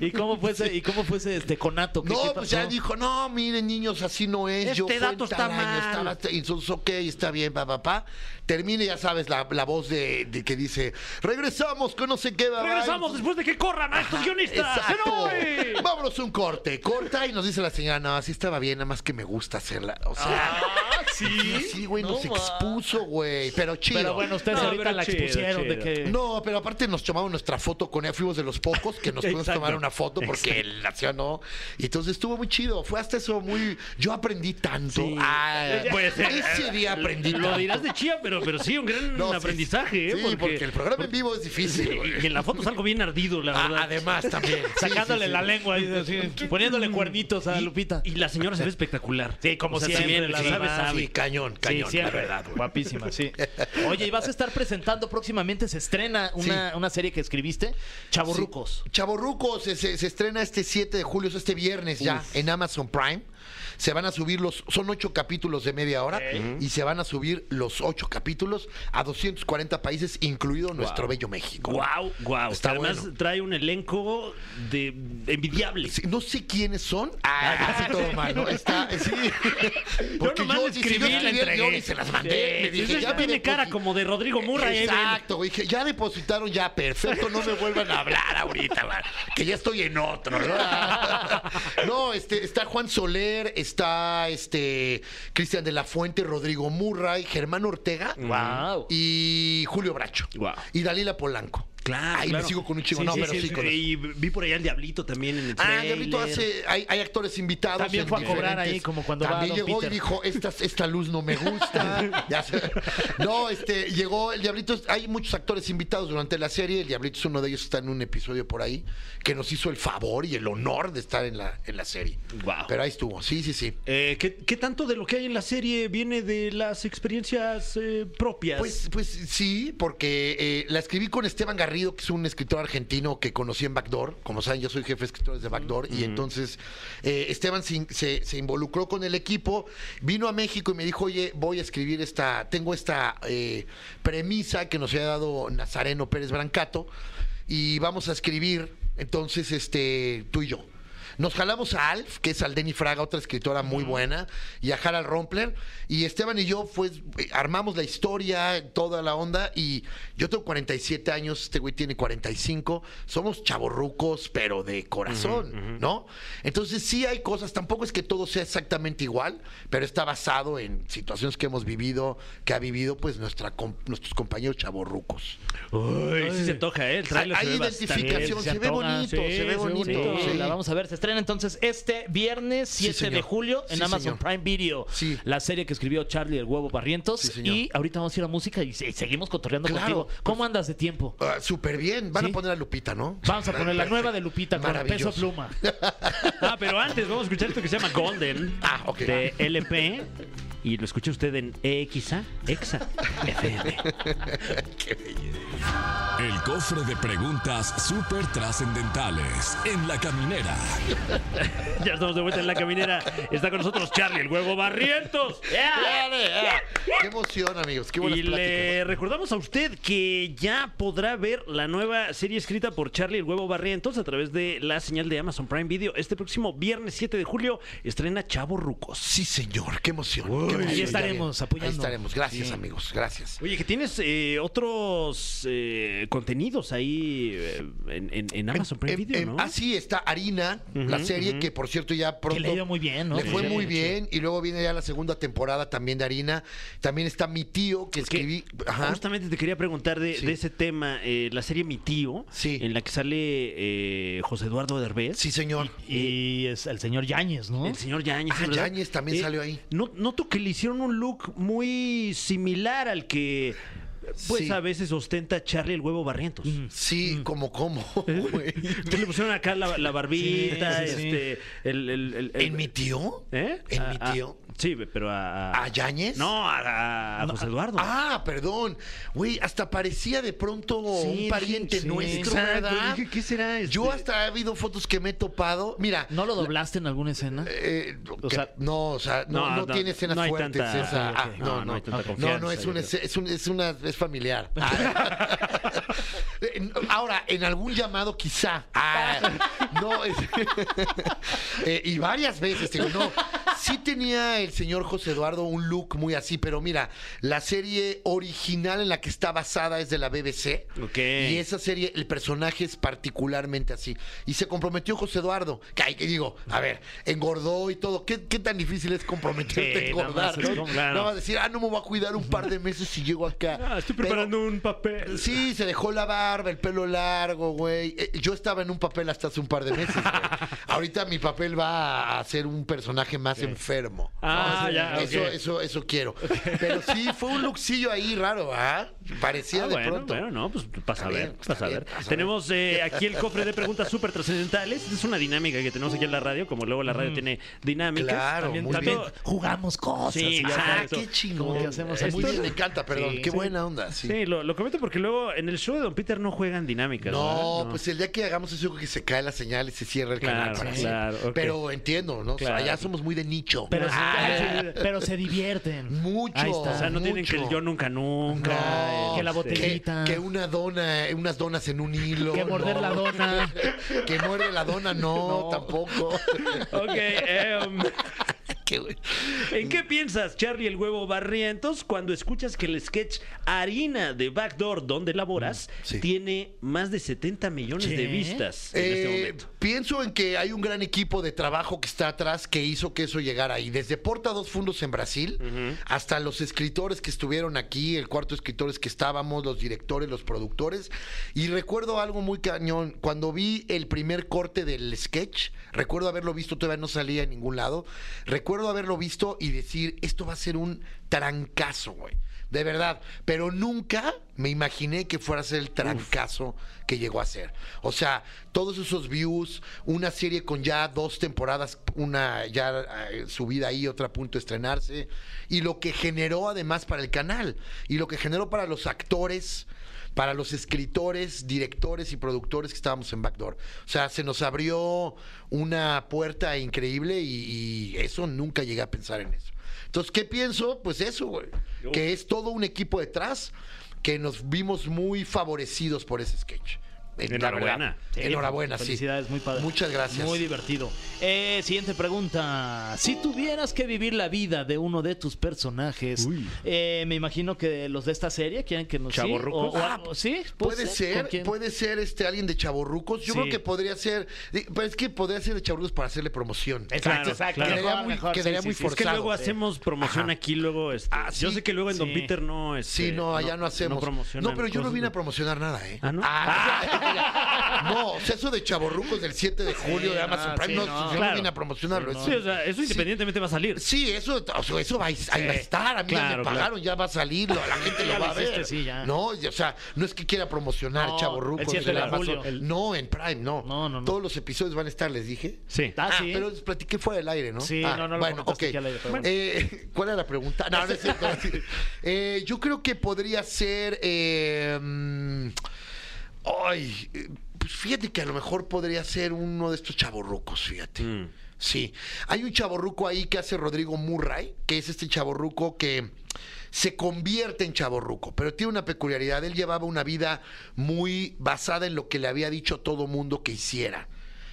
Speaker 3: ¿Y cómo fue ese, y cómo fue ese este, conato? ¿Qué- qué
Speaker 7: No, pues ya
Speaker 3: pasó?
Speaker 7: dijo, no, miren, niños, así no es. Yo
Speaker 2: Este
Speaker 7: fue
Speaker 2: dato
Speaker 7: en
Speaker 2: está
Speaker 7: tal año,
Speaker 2: mal.
Speaker 7: estaba- está- y entonces, ok, está bien, papá, papá. Termine, ya sabes, la, la voz de, de que dice, regresamos con no sé qué, papá.
Speaker 2: Regresamos
Speaker 7: Entonces,
Speaker 2: después de que corran a estos guionistas. eh,
Speaker 7: Exacto.
Speaker 2: ¡Enoy!
Speaker 7: Vámonos un corte. Corta y nos dice la señora, no, así estaba bien, nada más que me gusta hacerla. O sea,
Speaker 2: Ah,
Speaker 7: sí, sí, güey, nos expuso, güey. Pero chido.
Speaker 3: Pero bueno, ustedes
Speaker 2: No,
Speaker 3: ahorita
Speaker 2: pero
Speaker 3: la
Speaker 2: chido,
Speaker 3: expusieron de
Speaker 2: chido.
Speaker 3: que.
Speaker 7: No, pero aparte nos tomamos nuestra foto con él. Fuimos de los pocos que nos pudimos
Speaker 2: Exacto.
Speaker 7: tomar una foto porque él nació, ¿no? Y entonces estuvo muy chido. Fue hasta eso muy. Yo aprendí tanto.
Speaker 2: Sí.
Speaker 7: Ah,
Speaker 2: Pues, eh,
Speaker 7: ese día aprendí
Speaker 2: Lo
Speaker 7: tanto.
Speaker 2: dirás de chía, pero, pero sí, un gran
Speaker 7: No, sí,
Speaker 2: aprendizaje. ¿eh?
Speaker 7: Sí, porque... el programa en vivo es difícil.
Speaker 2: Sí,
Speaker 7: güey.
Speaker 2: y en la foto salgo bien ardido, la
Speaker 7: Ah,
Speaker 2: verdad.
Speaker 7: además, también. Sí,
Speaker 3: Sacándole
Speaker 7: sí, sí.
Speaker 3: la lengua y así, poniéndole cuernitos a Lupita.
Speaker 2: Mm, Y la señora se ve espectacular.
Speaker 3: Sí, como
Speaker 2: sea,
Speaker 3: siempre,
Speaker 2: también,
Speaker 3: la
Speaker 2: el que sabe,
Speaker 3: verdad,
Speaker 2: sabe.
Speaker 7: Sí, cañón, cañón, la
Speaker 3: siempre.
Speaker 7: verdad. güey.
Speaker 3: Guapísima, sí. Oye, y vas a estar presentando próximamente, se estrena una, una serie que escribiste, Chavorrucos.
Speaker 7: Chaborruco se, se- se estrena este 7 de julio, o sea, este viernes ya, en Amazon Prime. Se van a subir los, son ocho capítulos de media hora y se van a subir los ocho capítulos a 240 países, incluido nuestro bello México.
Speaker 2: Guau, guau.
Speaker 7: Está
Speaker 2: Además
Speaker 7: bueno.
Speaker 2: trae un elenco de envidiable.
Speaker 7: Sí, no sé quiénes son. Ah, casi todo mal, ¿no? Está, sí. Porque
Speaker 2: nomás
Speaker 7: yo,
Speaker 2: le
Speaker 7: si
Speaker 2: escribí,
Speaker 7: yo
Speaker 2: la
Speaker 7: escribí el
Speaker 2: entregué.
Speaker 7: guión y se las mandé.
Speaker 2: Sí,
Speaker 7: le dije,
Speaker 2: sí,
Speaker 7: ya me
Speaker 2: tiene cara
Speaker 7: depositó-
Speaker 2: como de Rodrigo Murray. eh, ahí ven.
Speaker 7: Exacto, güey. Dije, ya depositaron, ya, perfecto, no me vuelvan a hablar ahorita, man, que ya estoy en otro. ¿no? No, este, está Juan Soler, está este Cristian de la Fuente, Rodrigo Murray, Germán Ortega
Speaker 3: Wow.
Speaker 7: y Julio Bracho.
Speaker 2: Guau.
Speaker 7: Y Dalila Polanco.
Speaker 2: Claro,
Speaker 7: Ahí
Speaker 2: claro.
Speaker 7: me sigo con un chico. no, pero sí, con eso.
Speaker 2: Y vi por allá al Diablito también en el
Speaker 7: Ah,
Speaker 2: trailer.
Speaker 7: Diablito hace. Hay, hay actores invitados.
Speaker 3: También
Speaker 7: en
Speaker 3: fue a cobrar
Speaker 7: diferentes-
Speaker 3: ahí, como cuando va
Speaker 7: También
Speaker 3: Don
Speaker 7: llegó
Speaker 3: Peter.
Speaker 7: y dijo: esta, esta luz no me gusta. Ya sé. No, este, llegó el Diablito. Hay muchos actores invitados durante la serie. El Diablito es uno de ellos, está en un episodio por ahí, que nos hizo el favor y el honor de estar en la, en la serie.
Speaker 2: Guau.
Speaker 7: Pero ahí estuvo. Sí, sí, sí.
Speaker 2: Eh, ¿qué, qué tanto de lo que hay en la serie viene de las experiencias eh, propias?
Speaker 7: Pues, pues sí, porque eh, la escribí con Esteban Garrido, que es un escritor argentino que conocí en Backdoor. Como saben, yo soy jefe de escritores de Backdoor. Y entonces eh, Esteban se, in- se- se involucró con el equipo, vino a México y me dijo, oye, voy a escribir esta, tengo esta eh, premisa que nos había dado Nazareno Pérez Brancato y vamos a escribir, entonces, este, tú y yo. Nos jalamos a Alf, que es al Denny Fraga, otra escritora muy buena, y a Harald Rompler. Y Esteban y yo, pues, eh, armamos la historia, toda la onda. Y yo tengo 47 años, este güey tiene 45. Somos chavorrucos, pero de corazón, ¿no? Entonces, sí hay cosas. Tampoco es que todo sea exactamente igual, pero está basado en situaciones que hemos vivido, que ha vivido, pues, nuestra, com- nuestros compañeros chavorrucos.
Speaker 2: Uy, sí se toja, ¿eh? El tráiler
Speaker 7: Hay
Speaker 2: se ve bastante.
Speaker 7: identificación,
Speaker 3: se
Speaker 7: se, ve
Speaker 3: antoja.
Speaker 7: bonito,
Speaker 2: Sí,
Speaker 7: se ve bonito.
Speaker 3: Sí,
Speaker 7: sí.
Speaker 3: la vamos a ver. Se estrena entonces este viernes 7 de
Speaker 7: señor.
Speaker 3: julio en
Speaker 7: Sí,
Speaker 3: Amazon
Speaker 7: señor.
Speaker 3: Prime Video.
Speaker 7: Sí.
Speaker 3: La serie que escribió Charlie el Huevo Barrientos.
Speaker 7: Sí, señor.
Speaker 3: y ahorita vamos a ir a música y se- seguimos cotorreando
Speaker 7: Claro,
Speaker 3: contigo.
Speaker 7: pues-
Speaker 3: ¿Cómo andas de tiempo?
Speaker 7: Ah, Súper bien. Van
Speaker 3: ¿Sí?
Speaker 7: a poner a Lupita, ¿no?
Speaker 3: Vamos a poner la nueva de Lupita con peso
Speaker 7: Maravilloso.
Speaker 3: pluma.
Speaker 2: Ah, pero antes vamos a escuchar esto que se llama Golden
Speaker 7: Ah, ok.
Speaker 2: de LP. Y lo escucha usted en E EXA, EXA, FM.
Speaker 1: El cofre de preguntas súper trascendentales en la caminera.
Speaker 2: Ya estamos de vuelta en la caminera. Está con nosotros Charlie, el huevo barrientos.
Speaker 7: Ah, Qué emoción, amigos. Qué buenas
Speaker 2: Y
Speaker 7: pláticas.
Speaker 2: le recordamos a usted que ya podrá ver la nueva serie escrita por Charlie el Huevo Barrientos a través de la señal de Amazon Prime Video. Este próximo viernes 7 de julio estrena Chavo Rucos.
Speaker 7: Sí, señor. Qué emoción. qué emoción,
Speaker 3: ahí
Speaker 7: ya
Speaker 3: estaremos
Speaker 7: bien.
Speaker 3: apoyando.
Speaker 7: Ahí estaremos. Gracias,
Speaker 3: Sí.
Speaker 7: amigos. Gracias.
Speaker 2: Oye, que tienes eh, otros eh, contenidos ahí eh, en, en- en Amazon Prime
Speaker 7: Em,
Speaker 2: Video,
Speaker 7: em,
Speaker 2: ¿no?
Speaker 7: Ah, sí, está Harina, la serie que, por cierto, ya pronto...
Speaker 3: Que le ha ido muy bien, ¿no?
Speaker 7: Le fue
Speaker 3: Sí.
Speaker 7: muy bien y luego viene ya la segunda temporada también de Harina. También está mi tío que
Speaker 2: Que
Speaker 7: escribí. Ajá.
Speaker 2: Ah, Justamente te quería preguntar de,
Speaker 7: Sí.
Speaker 2: de ese tema, eh, la serie Mi Tío,
Speaker 7: Sí.
Speaker 2: en la que sale eh, José Eduardo Derbez.
Speaker 7: Sí, señor.
Speaker 3: Y es el señor Yáñez, ¿no?
Speaker 2: El señor Yañez.
Speaker 7: Ah,
Speaker 2: ¿verdad? Eh,
Speaker 7: Yáñez también salió ahí.
Speaker 2: no- noto que le hicieron un look muy similar al que, pues
Speaker 7: Sí.
Speaker 2: a veces ostenta Charlie el huevo barrientos.
Speaker 3: Mm.
Speaker 7: Sí, como, como.
Speaker 3: ¿Eh?
Speaker 7: güey.
Speaker 2: Entonces le pusieron acá la, la barbita,
Speaker 3: Sí, sí, sí.
Speaker 2: este, el, el- el- el-
Speaker 7: ¿En mi tío?
Speaker 2: ¿Eh?
Speaker 7: ¿En
Speaker 3: Ah,
Speaker 2: A-
Speaker 7: mi
Speaker 2: a-
Speaker 7: tío?
Speaker 2: sí, pero a.
Speaker 7: ¿A Yáñez?
Speaker 2: No, a, a José Eduardo.
Speaker 7: Ah, perdón. Güey, hasta parecía de pronto
Speaker 2: Sí,
Speaker 7: un
Speaker 2: dije,
Speaker 7: pariente
Speaker 2: sí.
Speaker 7: nuestro,
Speaker 2: Exacto,
Speaker 7: ¿verdad?
Speaker 2: dije, ¿qué será este?
Speaker 7: Yo hasta he habido fotos que me he topado. Mira,
Speaker 3: ¿No lo doblaste en alguna escena?
Speaker 7: eh,
Speaker 3: O
Speaker 7: que-
Speaker 3: sea,
Speaker 7: no, o sea, no,
Speaker 2: no,
Speaker 7: no
Speaker 2: no,
Speaker 7: tiene escenas
Speaker 2: no hay
Speaker 7: fuertes.
Speaker 2: tanta-
Speaker 7: esa.
Speaker 2: ah,
Speaker 7: Ah,
Speaker 2: ok.
Speaker 7: no, no,
Speaker 2: no hay tanta
Speaker 7: no,
Speaker 2: confianza,
Speaker 7: no, es
Speaker 2: yo
Speaker 7: una,
Speaker 2: creo.
Speaker 7: es un- es una, es es familiar. Ah. En- Ahora, en algún llamado quizá. Ah, no, es- Eh, y varias veces, digo, no. Sí tenía el señor José Eduardo un look muy así, pero mira, la serie original en la que está basada es de la BBC.
Speaker 2: Ok.
Speaker 7: Y esa serie, el personaje es particularmente así. Y se comprometió José Eduardo. Que, hay que digo, a ver, engordó y todo. ¿Qué, qué tan difícil es comprometerte
Speaker 2: Sí,
Speaker 7: a
Speaker 2: nada más
Speaker 7: engordar?
Speaker 2: es
Speaker 7: no?
Speaker 2: como- claro.
Speaker 7: Nada más decir, ah, no me voy a cuidar un par de meses si llego acá.
Speaker 2: Ah, estoy
Speaker 7: Pero-
Speaker 2: preparando un papel.
Speaker 7: Sí, se dejó la barba, el pelo largo, güey. Eh, Yo estaba en un papel hasta hace un par de meses, güey. Ahorita mi papel va a ser un personaje más enfermo.
Speaker 2: Ah, ya,
Speaker 7: Eso,
Speaker 2: ok.
Speaker 7: eso, eso quiero. Pero sí, fue un luxillo ahí raro, ¿ah? Parecía
Speaker 2: Ah,
Speaker 7: de
Speaker 2: bueno,
Speaker 7: pronto.
Speaker 2: bueno, no, pues pasa a
Speaker 7: Está
Speaker 2: ver,
Speaker 7: bien, está
Speaker 2: pasa a
Speaker 7: bien,
Speaker 2: ver.
Speaker 7: pasa a ver.
Speaker 2: Tenemos eh, aquí el cofre de preguntas súper trascendentales. Esta Es una dinámica que tenemos aquí en la radio, como luego la radio tiene dinámicas.
Speaker 7: Claro, muy
Speaker 2: también-
Speaker 7: bien.
Speaker 3: Jugamos cosas.
Speaker 2: Sí,
Speaker 3: y ya
Speaker 2: exacto.
Speaker 7: Ah,
Speaker 3: sabes.
Speaker 7: qué chingón.
Speaker 3: Como que hacemos
Speaker 7: Eh, muy
Speaker 3: esto.
Speaker 7: bien, me encanta, perdón.
Speaker 3: Sí.
Speaker 7: qué
Speaker 3: Sí.
Speaker 7: buena onda, sí.
Speaker 2: Sí, lo, lo comento porque luego en el show de Don Peter no juegan dinámicas.
Speaker 7: No,
Speaker 2: ¿verdad?
Speaker 7: pues el día que hagamos eso, yo creo que se cae la señal y se cierra el canal
Speaker 2: Claro,
Speaker 7: para
Speaker 2: sí.
Speaker 7: siempre.
Speaker 2: claro, ok.
Speaker 7: Pero entiendo, ¿no? O
Speaker 2: Claro.
Speaker 7: sea, ya somos muy de nicho.
Speaker 3: Pero,
Speaker 7: Ah,
Speaker 3: se, pero se divierten.
Speaker 7: mucho.
Speaker 3: Ahí está.
Speaker 2: O sea, no tienen que el
Speaker 7: mucho.
Speaker 2: yo nunca, nunca.
Speaker 7: No,
Speaker 2: el-
Speaker 3: que la
Speaker 2: este,
Speaker 3: botella-
Speaker 7: Que,
Speaker 3: Telita.
Speaker 7: que una dona, eh, unas donas en un hilo.
Speaker 3: Que morder
Speaker 7: no.
Speaker 3: la dona.
Speaker 7: que muerde la dona, no,
Speaker 3: No.
Speaker 7: tampoco.
Speaker 2: Ok, em,
Speaker 7: Qué güey.
Speaker 2: ¿en qué piensas, Charlie el huevo barrientos, cuando escuchas que el sketch Harina de Backdoor, donde laboras,
Speaker 7: Mm, Sí.
Speaker 2: tiene más de 70 millones de
Speaker 3: ¿Qué?
Speaker 2: vistas en
Speaker 7: Eh,
Speaker 2: este momento?
Speaker 7: pienso en que hay un gran equipo de trabajo que está atrás que hizo que eso llegara ahí. Desde Porta Dos Fundos en Brasil, hasta los escritores que estuvieron aquí, el cuarto de escritores que estábamos, los directores, los productores. Y recuerdo algo muy cañón. Cuando vi el primer corte del sketch, recuerdo haberlo visto, todavía no salía en ningún lado. Recuerdo haberlo visto y decir, esto va a ser un trancazo, güey. De verdad, pero nunca me imaginé que fuera a ser el trancazo que llegó a ser. O sea, todos esos views, una serie con ya dos temporadas, una ya eh, subida ahí, otra a punto de estrenarse, y lo que generó además para el canal, y lo que generó para los actores, para los escritores, directores y productores que estábamos en Backdoor. O sea, se nos abrió una puerta increíble y, y eso nunca llegué a pensar en eso. Entonces, ¿qué pienso? Pues eso, güey. Que es todo un equipo detrás que nos vimos muy favorecidos por ese sketch. Eh, la
Speaker 2: Enhorabuena.
Speaker 7: verdad. Enhorabuena, sí.
Speaker 3: Felicidades, muy padre.
Speaker 7: Muchas gracias.
Speaker 3: Muy divertido. Eh, siguiente pregunta. Si tuvieras que vivir la vida de uno de tus personajes, eh, me imagino que los de esta serie quieren que nos sí,
Speaker 2: Chavorrucos.
Speaker 3: o- o algo- sí,
Speaker 7: Ah, Puede
Speaker 3: ¿Con
Speaker 7: ser,
Speaker 3: quién?
Speaker 7: puede ser este alguien de Chaborrucos. Yo
Speaker 3: Sí.
Speaker 7: creo que podría ser, eh, pero es que podría ser de Chaborrucos para hacerle promoción.
Speaker 2: Claro, claro.
Speaker 7: Quedaría
Speaker 3: Mejor,
Speaker 7: muy,
Speaker 3: mejor,
Speaker 7: quedaría
Speaker 3: sí,
Speaker 7: muy
Speaker 3: sí, sí.
Speaker 2: Es que
Speaker 7: forzado. Eh,
Speaker 2: luego hacemos promoción
Speaker 7: Ajá.
Speaker 2: aquí, luego este,
Speaker 7: Ah, sí.
Speaker 2: yo sé que luego en Don
Speaker 3: Sí.
Speaker 2: Peter no este,
Speaker 7: Sí, no, allá no, hacemos. No,
Speaker 2: promocionan
Speaker 7: pero yo no
Speaker 2: cosas
Speaker 7: vine
Speaker 2: de-
Speaker 7: a promocionar nada, ¿eh?
Speaker 2: Ah, ¿no?
Speaker 7: Ah, no, o sea, eso de chaborrucos del 7 de julio de
Speaker 3: no,
Speaker 7: Amazon Prime,
Speaker 3: sí,
Speaker 7: no,
Speaker 3: no.
Speaker 7: yo
Speaker 2: Claro.
Speaker 7: no vine a promocionarlo. eso-
Speaker 2: Sí, o sea, eso independientemente va a salir.
Speaker 7: Sí, eso, o sea, eso va a, ahí va a estar. A mí ya
Speaker 2: Claro,
Speaker 7: me pagaron, ya va a salir, lo- la gente
Speaker 3: Ya
Speaker 7: lo va
Speaker 3: lo
Speaker 7: a ver.
Speaker 3: hiciste, sí, ya.
Speaker 7: No, y- o sea, no es que quiera promocionar
Speaker 3: No,
Speaker 7: chaborrucos
Speaker 3: el 7
Speaker 7: del
Speaker 3: de
Speaker 7: Amazon.
Speaker 3: julio. El-
Speaker 7: No, en Prime, no.
Speaker 3: No, no, no.
Speaker 7: Todos los episodios van a estar, les dije.
Speaker 2: Sí.
Speaker 3: Ah,
Speaker 7: Ah,
Speaker 3: sí.
Speaker 7: pero les platiqué fuera del aire, ¿no?
Speaker 3: Sí,
Speaker 7: Ah,
Speaker 3: no, no lo
Speaker 7: bueno,
Speaker 3: comentaste
Speaker 7: ok.
Speaker 3: aquí al aire, pero bueno.
Speaker 7: Eh, ¿Cuál era la pregunta? No, no es cierto. Eh, yo creo que podría ser. eh, mm, ay, eh, pues fíjate que a lo mejor podría ser uno de estos chavorrucos, fíjate.
Speaker 3: Mm.
Speaker 7: Sí. Hay un chaborruco ahí que hace Rodrigo Murray, que es este chaborruco que se convierte en chaborruco, pero tiene una peculiaridad. Él llevaba una vida muy basada en lo que le había dicho todo mundo que hiciera.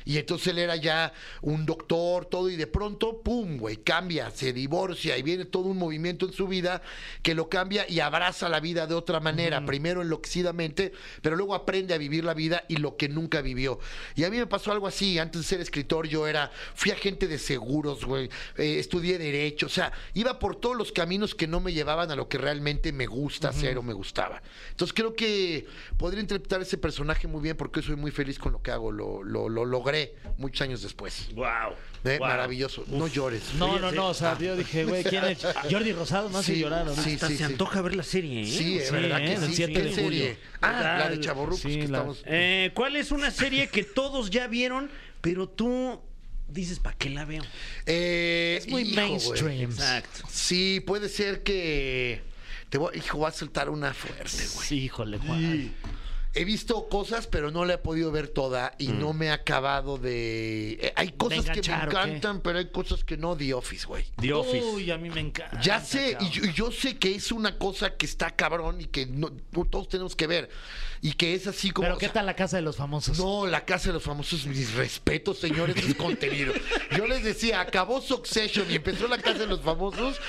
Speaker 7: Y entonces él era ya un doctor, todo, y de pronto, pum, güey, cambia, se divorcia y viene todo un movimiento en su vida que lo cambia y abraza la vida de otra manera, primero enloquecidamente, pero luego aprende a vivir la vida y lo que nunca vivió. Y a mí me pasó algo así, antes de ser escritor yo era, fui agente de seguros, güey, eh, estudié derecho, o sea, iba por todos los caminos que no me llevaban a lo que realmente me gusta hacer o me gustaba. Entonces creo que podría interpretar ese personaje muy bien porque soy muy feliz con lo que hago, lo, lo, lo logré muchos años después.
Speaker 2: Wow.
Speaker 7: Eh, Maravilloso, no llores.
Speaker 3: No, no, no, o sea, yo dije, güey, ¿quién es? Jordi Rosado más
Speaker 7: Sí,
Speaker 3: que lloraron.
Speaker 7: sí,
Speaker 2: Hasta se antoja ver la serie, ¿eh?
Speaker 7: Sí, es
Speaker 3: Sí,
Speaker 7: verdad
Speaker 3: ¿eh?
Speaker 7: que
Speaker 3: Del
Speaker 7: sí.
Speaker 3: 7
Speaker 7: ¿Qué
Speaker 3: de
Speaker 7: serie?
Speaker 3: julio.
Speaker 7: Ah,
Speaker 2: ¿Verdad?
Speaker 7: la de Chavorrucos
Speaker 3: Sí,
Speaker 7: que
Speaker 3: la-
Speaker 7: estamos.
Speaker 2: Eh, ¿Cuál es una serie que todos ya vieron, pero tú dices, ¿para qué la veo?
Speaker 7: Eh,
Speaker 3: Es muy
Speaker 7: hijo, güey.
Speaker 3: mainstream.
Speaker 2: Exacto.
Speaker 7: Sí, puede ser que. Te voy, hijo, voy a soltar una fuerte, güey.
Speaker 3: Sí, híjole, Juan.
Speaker 7: he visto cosas, pero no la he podido ver toda y no me he acabado de. eh, Hay cosas que me
Speaker 3: Mm. enganchar, ¿o qué?
Speaker 7: encantan, pero hay cosas que no. The Office, güey.
Speaker 2: The Office.
Speaker 3: Uy, a mí me encanta.
Speaker 7: Ya sé, y
Speaker 3: cabrón.
Speaker 7: yo, y yo sé que es una cosa que está cabrón y que no- no todos tenemos que ver. Y que es así como.
Speaker 3: Pero
Speaker 7: o
Speaker 3: ¿qué
Speaker 7: sea,
Speaker 3: tal la casa de los famosos?
Speaker 7: no, la casa de los famosos, mis respetos, señores, es contenido. Yo les decía, acabó Succession y empezó la casa de los famosos.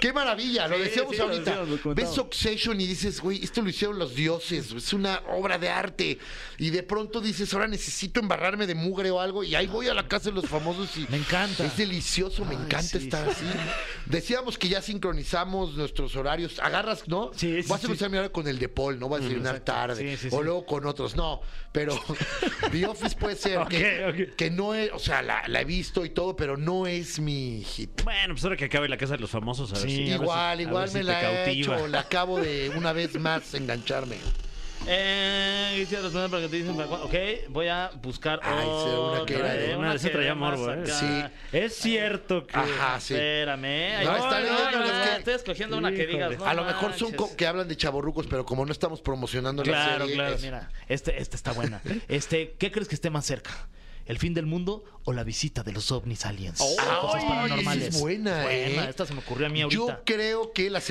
Speaker 7: ¡Qué maravilla! Lo
Speaker 3: Sí,
Speaker 7: decíamos
Speaker 3: sí, lo
Speaker 7: ahorita.
Speaker 3: decíamos, lo
Speaker 7: Ves
Speaker 3: comentábamos.
Speaker 7: Succession y dices, güey, esto lo hicieron los dioses, es una obra de arte. Y de pronto dices, ahora necesito embarrarme de mugre o algo. Y ahí voy a la casa de los famosos y.
Speaker 3: Me encanta.
Speaker 7: Es delicioso, me
Speaker 3: Ay,
Speaker 7: encanta
Speaker 3: sí,
Speaker 7: estar así. Decíamos que ya sincronizamos nuestros horarios. Agarras, ¿no?
Speaker 3: Sí, sí,
Speaker 7: Vas a
Speaker 3: sí.
Speaker 7: empezar a mirar con el de Paul, no vas a desayunar
Speaker 3: Sí,
Speaker 7: tarde.
Speaker 3: sí,
Speaker 7: O
Speaker 3: sí.
Speaker 7: luego con otros, no. Pero The Office puede ser que,
Speaker 2: Ok, ok.
Speaker 7: que no es, o sea, la, la he visto y todo, pero no es mi hit.
Speaker 2: Bueno, pues ahora que acabe la casa de los famosos, a ver
Speaker 3: Sí,
Speaker 2: si-
Speaker 3: a ver
Speaker 7: igual,
Speaker 2: si- a
Speaker 7: igual
Speaker 2: ver
Speaker 7: me
Speaker 2: si te
Speaker 7: la he
Speaker 2: cautiva.
Speaker 7: hecho, la acabo de una vez más engancharme.
Speaker 3: Eh, quisiera responder para que te dicen para cuándo. Ok, voy a buscar
Speaker 7: Ay, sí,
Speaker 3: otra.
Speaker 7: una que era de-
Speaker 3: eh,
Speaker 2: Una de esas
Speaker 3: que
Speaker 2: traía
Speaker 3: era más
Speaker 2: morbo, ¿eh?
Speaker 3: acá.
Speaker 7: Sí.
Speaker 2: Es cierto que.
Speaker 7: Ajá, sí.
Speaker 3: Espérame. Ay,
Speaker 7: No, está leyendo las que-
Speaker 3: Estoy escogiendo una que
Speaker 2: Híjole.
Speaker 3: digas. no
Speaker 7: a lo mejor son
Speaker 3: manches.
Speaker 7: co- que hablan de chavorrucos, pero como no estamos promocionando la
Speaker 3: Claro,
Speaker 7: serie,
Speaker 3: claro.
Speaker 7: es-
Speaker 3: Mira, este, esta está buena. Este, ¿qué crees que esté más cerca? ¿El fin del mundo o la visita de los ovnis aliens?
Speaker 7: Ah,
Speaker 3: Cosas
Speaker 7: oye,
Speaker 3: paranormales.
Speaker 7: esa es buena,
Speaker 3: Buena,
Speaker 7: ¿eh?
Speaker 3: esta se me ocurrió a mí ahorita.
Speaker 7: Yo creo que las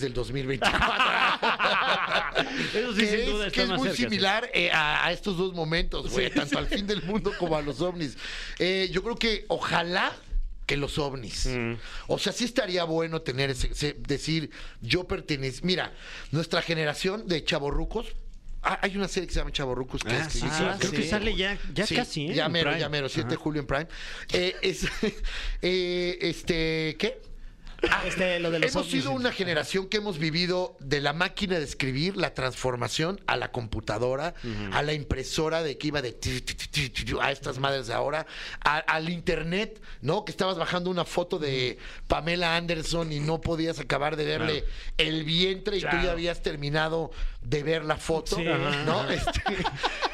Speaker 7: del 2024.
Speaker 2: Eso sí,
Speaker 7: que
Speaker 2: sin
Speaker 7: es,
Speaker 2: duda,
Speaker 7: que
Speaker 2: está
Speaker 7: es
Speaker 2: más
Speaker 7: muy
Speaker 2: cerca, sí.
Speaker 7: similar eh, a, a estos dos momentos, güey,
Speaker 2: Sí,
Speaker 7: tanto al fin del mundo como a los ovnis. Eh, yo creo que ojalá que los ovnis.
Speaker 2: Mm.
Speaker 7: O sea, sí estaría bueno tener ese, ese- decir, yo pertenezco. Mira, nuestra generación de chavorrucos. ah, Hay una serie que se llama Chavorrucos que,
Speaker 2: Ah,
Speaker 7: es-
Speaker 2: sí,
Speaker 3: sí,
Speaker 2: creo que
Speaker 3: sí.
Speaker 2: sale ya, ya
Speaker 7: Sí,
Speaker 2: casi, ¿eh?
Speaker 7: Ya
Speaker 2: En
Speaker 7: mero,
Speaker 2: Prime.
Speaker 7: ya mero, 7 de
Speaker 2: Ajá.
Speaker 7: julio en Prime. Eh, es- eh, este, ¿qué?
Speaker 3: Este, lo de los
Speaker 7: Hemos
Speaker 3: ovnis.
Speaker 7: sido una generación que hemos vivido de la máquina de escribir, la transformación a la computadora, a la impresora de que iba de ti, ti, ti, ti, ti, ti, a estas madres de ahora, a- al internet, ¿no? Que estabas bajando una foto de Pamela Anderson y no podías acabar de verle el vientre y tú ya habías terminado de ver la foto,
Speaker 3: Sí.
Speaker 7: ¿no? Este,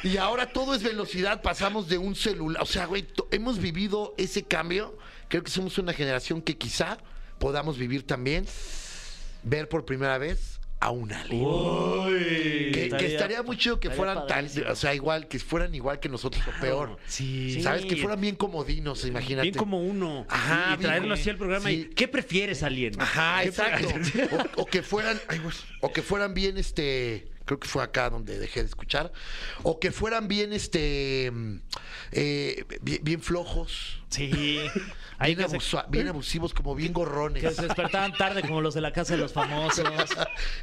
Speaker 7: y ahora todo es velocidad, pasamos de un celular, o sea, güey, to- hemos vivido ese cambio, creo que somos una generación que quizá podamos vivir también, ver por primera vez a un alien.
Speaker 2: Uy.
Speaker 7: que, que
Speaker 3: estaría-
Speaker 7: estaría muy chido que
Speaker 3: estaría
Speaker 7: fueran tal, o sea, igual, que fueran igual que nosotros o peor.
Speaker 3: Sí.
Speaker 7: ¿Sabes? Que fueran bien comodinos, imagínate.
Speaker 2: Bien como uno.
Speaker 7: Ajá,
Speaker 2: y
Speaker 7: bien
Speaker 2: traerlo
Speaker 7: como-
Speaker 2: así al programa.
Speaker 7: sí.
Speaker 2: Y, ¿Qué prefieres, Alien?
Speaker 7: Ajá,
Speaker 2: ¿Qué
Speaker 7: exacto. Oh,
Speaker 2: prefieres?
Speaker 7: O, o que fueran, ay, güey, o que fueran bien, este, creo que fue acá donde dejé de escuchar, o que fueran bien, este, mm, eh, bien, bien flojos,
Speaker 3: Sí. Ahí
Speaker 7: bien,
Speaker 3: que se-
Speaker 7: abusua- bien abusivos, como bien
Speaker 3: que se
Speaker 7: gorrones.
Speaker 3: despertaban tarde como los de la casa de los famosos.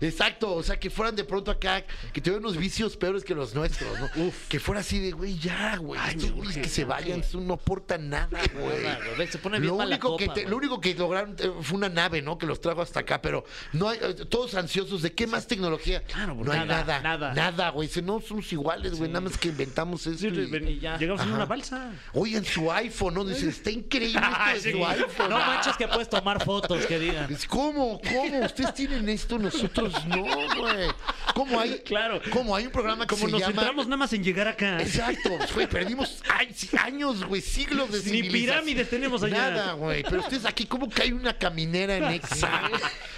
Speaker 7: Exacto, o sea, que fueran de pronto acá, que tuvieran unos vicios peores que los nuestros, ¿no? Que fuera así de, güey, ya, güey, estos güeyes que se vayan, eso no aportan nada,
Speaker 3: Nada,
Speaker 7: güey.
Speaker 3: güey, Se pone bien
Speaker 7: Lo
Speaker 3: mala
Speaker 7: único, que
Speaker 3: copa,
Speaker 7: te-
Speaker 3: güey.
Speaker 7: lo único que lograron eh, fue una nave, ¿no? Que los trajo hasta acá, pero no hay, eh, todos ansiosos de qué más tecnología.
Speaker 2: Claro,
Speaker 7: no
Speaker 2: porque
Speaker 7: hay
Speaker 3: nada,
Speaker 7: nada,
Speaker 3: nada.
Speaker 7: nada, güey. Dice, no somos iguales, güey. Nada más que inventamos esto.
Speaker 2: Sí,
Speaker 7: y-
Speaker 2: ven-
Speaker 3: y ya.
Speaker 2: Llegamos en
Speaker 7: Ajá.
Speaker 2: una balsa.
Speaker 7: Oigan su iPhone, ¿no? Dice, está increíble
Speaker 3: Ay,
Speaker 7: esto de
Speaker 3: sí.
Speaker 7: su iPhone.
Speaker 3: No manches que puedes tomar fotos, que digan.
Speaker 7: Dice, ¿Cómo? ¿Cómo? Ustedes tienen esto, nosotros no, güey. ¿Cómo hay?
Speaker 2: Claro.
Speaker 7: ¿Cómo hay un programa que
Speaker 2: Como
Speaker 7: se
Speaker 2: nos
Speaker 7: llama?
Speaker 2: centramos nada más en llegar acá.
Speaker 7: Exacto, güey, perdimos ay- años, güey, siglos de
Speaker 2: Ni
Speaker 7: civilización.
Speaker 2: pirámides tenemos allá.
Speaker 7: Nada, güey, pero ustedes aquí, ¿cómo que hay una caminera en Exa?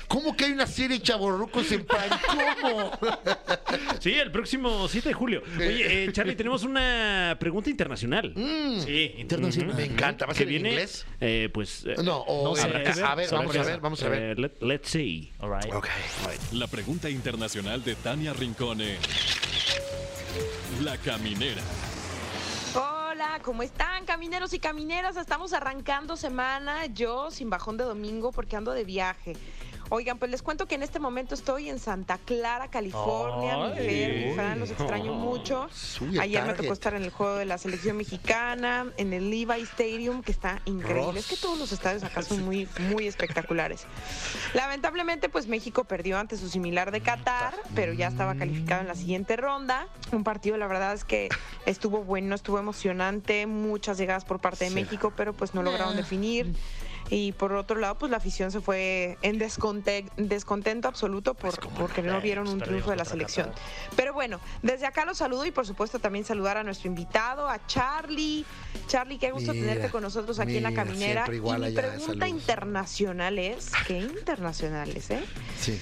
Speaker 7: ¿Cómo que hay una serie de chavorrucos en Prime? ¿Cómo?
Speaker 2: Sí, el próximo 7 de julio. Oye, eh, Charlie, tenemos una pregunta internacional.
Speaker 7: Mm.
Speaker 3: Sí, internacional.
Speaker 7: Me encanta, ¿va a
Speaker 2: ¿Que
Speaker 7: ser en
Speaker 2: viene?
Speaker 7: inglés?
Speaker 2: eh, pues. eh,
Speaker 7: No, o
Speaker 3: No sé,
Speaker 7: habrá que-
Speaker 3: a ver,
Speaker 7: a ver, vamos a
Speaker 3: sorpresa.
Speaker 7: ver, vamos a ver.
Speaker 2: eh, let- let's see.
Speaker 3: All right.
Speaker 7: Ok.
Speaker 1: La pregunta internacional de Tania Rincone. La caminera.
Speaker 9: Hola, ¿cómo están camineros y camineras? Estamos arrancando semana, yo sin bajón de domingo porque ando de viaje. Oigan, pues les cuento que en este momento estoy en Santa Clara, California. Mi
Speaker 3: Ay.
Speaker 9: Fer, mi Fran, los extraño mucho.
Speaker 7: Sube
Speaker 9: Ayer me
Speaker 7: Target.
Speaker 9: tocó estar en el juego de la selección mexicana, en el Levi Stadium, que está increíble.
Speaker 7: Ross.
Speaker 9: Es que todos los estadios acá son muy, muy espectaculares. Lamentablemente, pues México perdió ante su similar de Qatar, pero ya estaba calificado en la siguiente ronda. Un partido, la verdad es que estuvo bueno, estuvo emocionante, muchas llegadas por parte de México, pero pues no lograron definir. Y por otro lado, pues la afición se fue en desconte- descontento absoluto por, porque no vieron un triunfo de la selección. Pero bueno, desde acá los saludo y por supuesto también saludar a nuestro invitado, a Charlie. Charlie, qué gusto
Speaker 7: Mira,
Speaker 9: tenerte con nosotros aquí en la
Speaker 7: mira,
Speaker 9: caminera.
Speaker 7: siempre igual
Speaker 9: y mi
Speaker 7: allá,
Speaker 9: pregunta
Speaker 7: saludos.
Speaker 9: internacional es, ¿qué internacionales, eh?
Speaker 7: Sí.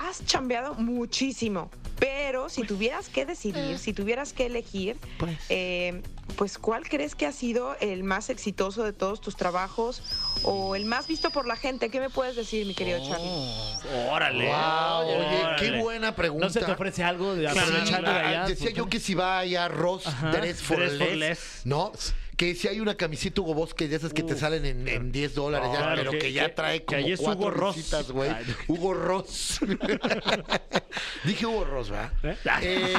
Speaker 9: Has chambeado muchísimo. Pero si
Speaker 7: Pues.
Speaker 9: tuvieras que decidir, si tuvieras que elegir,
Speaker 5: Pues.
Speaker 9: eh, pues ¿cuál crees que ha sido el más exitoso de todos tus trabajos o el más visto por la gente? ¿Qué me puedes decir, mi
Speaker 7: Oh.
Speaker 9: querido Charlie?
Speaker 3: Órale.
Speaker 7: Wow, oye,
Speaker 3: Órale.
Speaker 7: qué buena pregunta.
Speaker 3: ¿No se te ofrece algo de
Speaker 7: Sí,
Speaker 3: hacer una charla de allá? pues,
Speaker 7: ah, decía yo que si va allá Ross
Speaker 3: Ajá,
Speaker 7: Dress for,
Speaker 3: Dress for
Speaker 7: Less,
Speaker 3: Less.
Speaker 7: ¿no? Que si hay una camiseta Hugo Boss que de esas que te salen en, en 10 dólares, ya,
Speaker 2: Claro,
Speaker 7: pero
Speaker 2: que-
Speaker 7: que,
Speaker 2: que-
Speaker 7: ya trae
Speaker 2: que
Speaker 7: como
Speaker 2: ahí es
Speaker 7: cuatro
Speaker 2: Hugo Ross.
Speaker 7: visitas, güey.
Speaker 2: Ay, no.
Speaker 7: Hugo Ross. Dije Hugo Ross, ¿verdad?
Speaker 2: ¿Eh?
Speaker 7: Eh,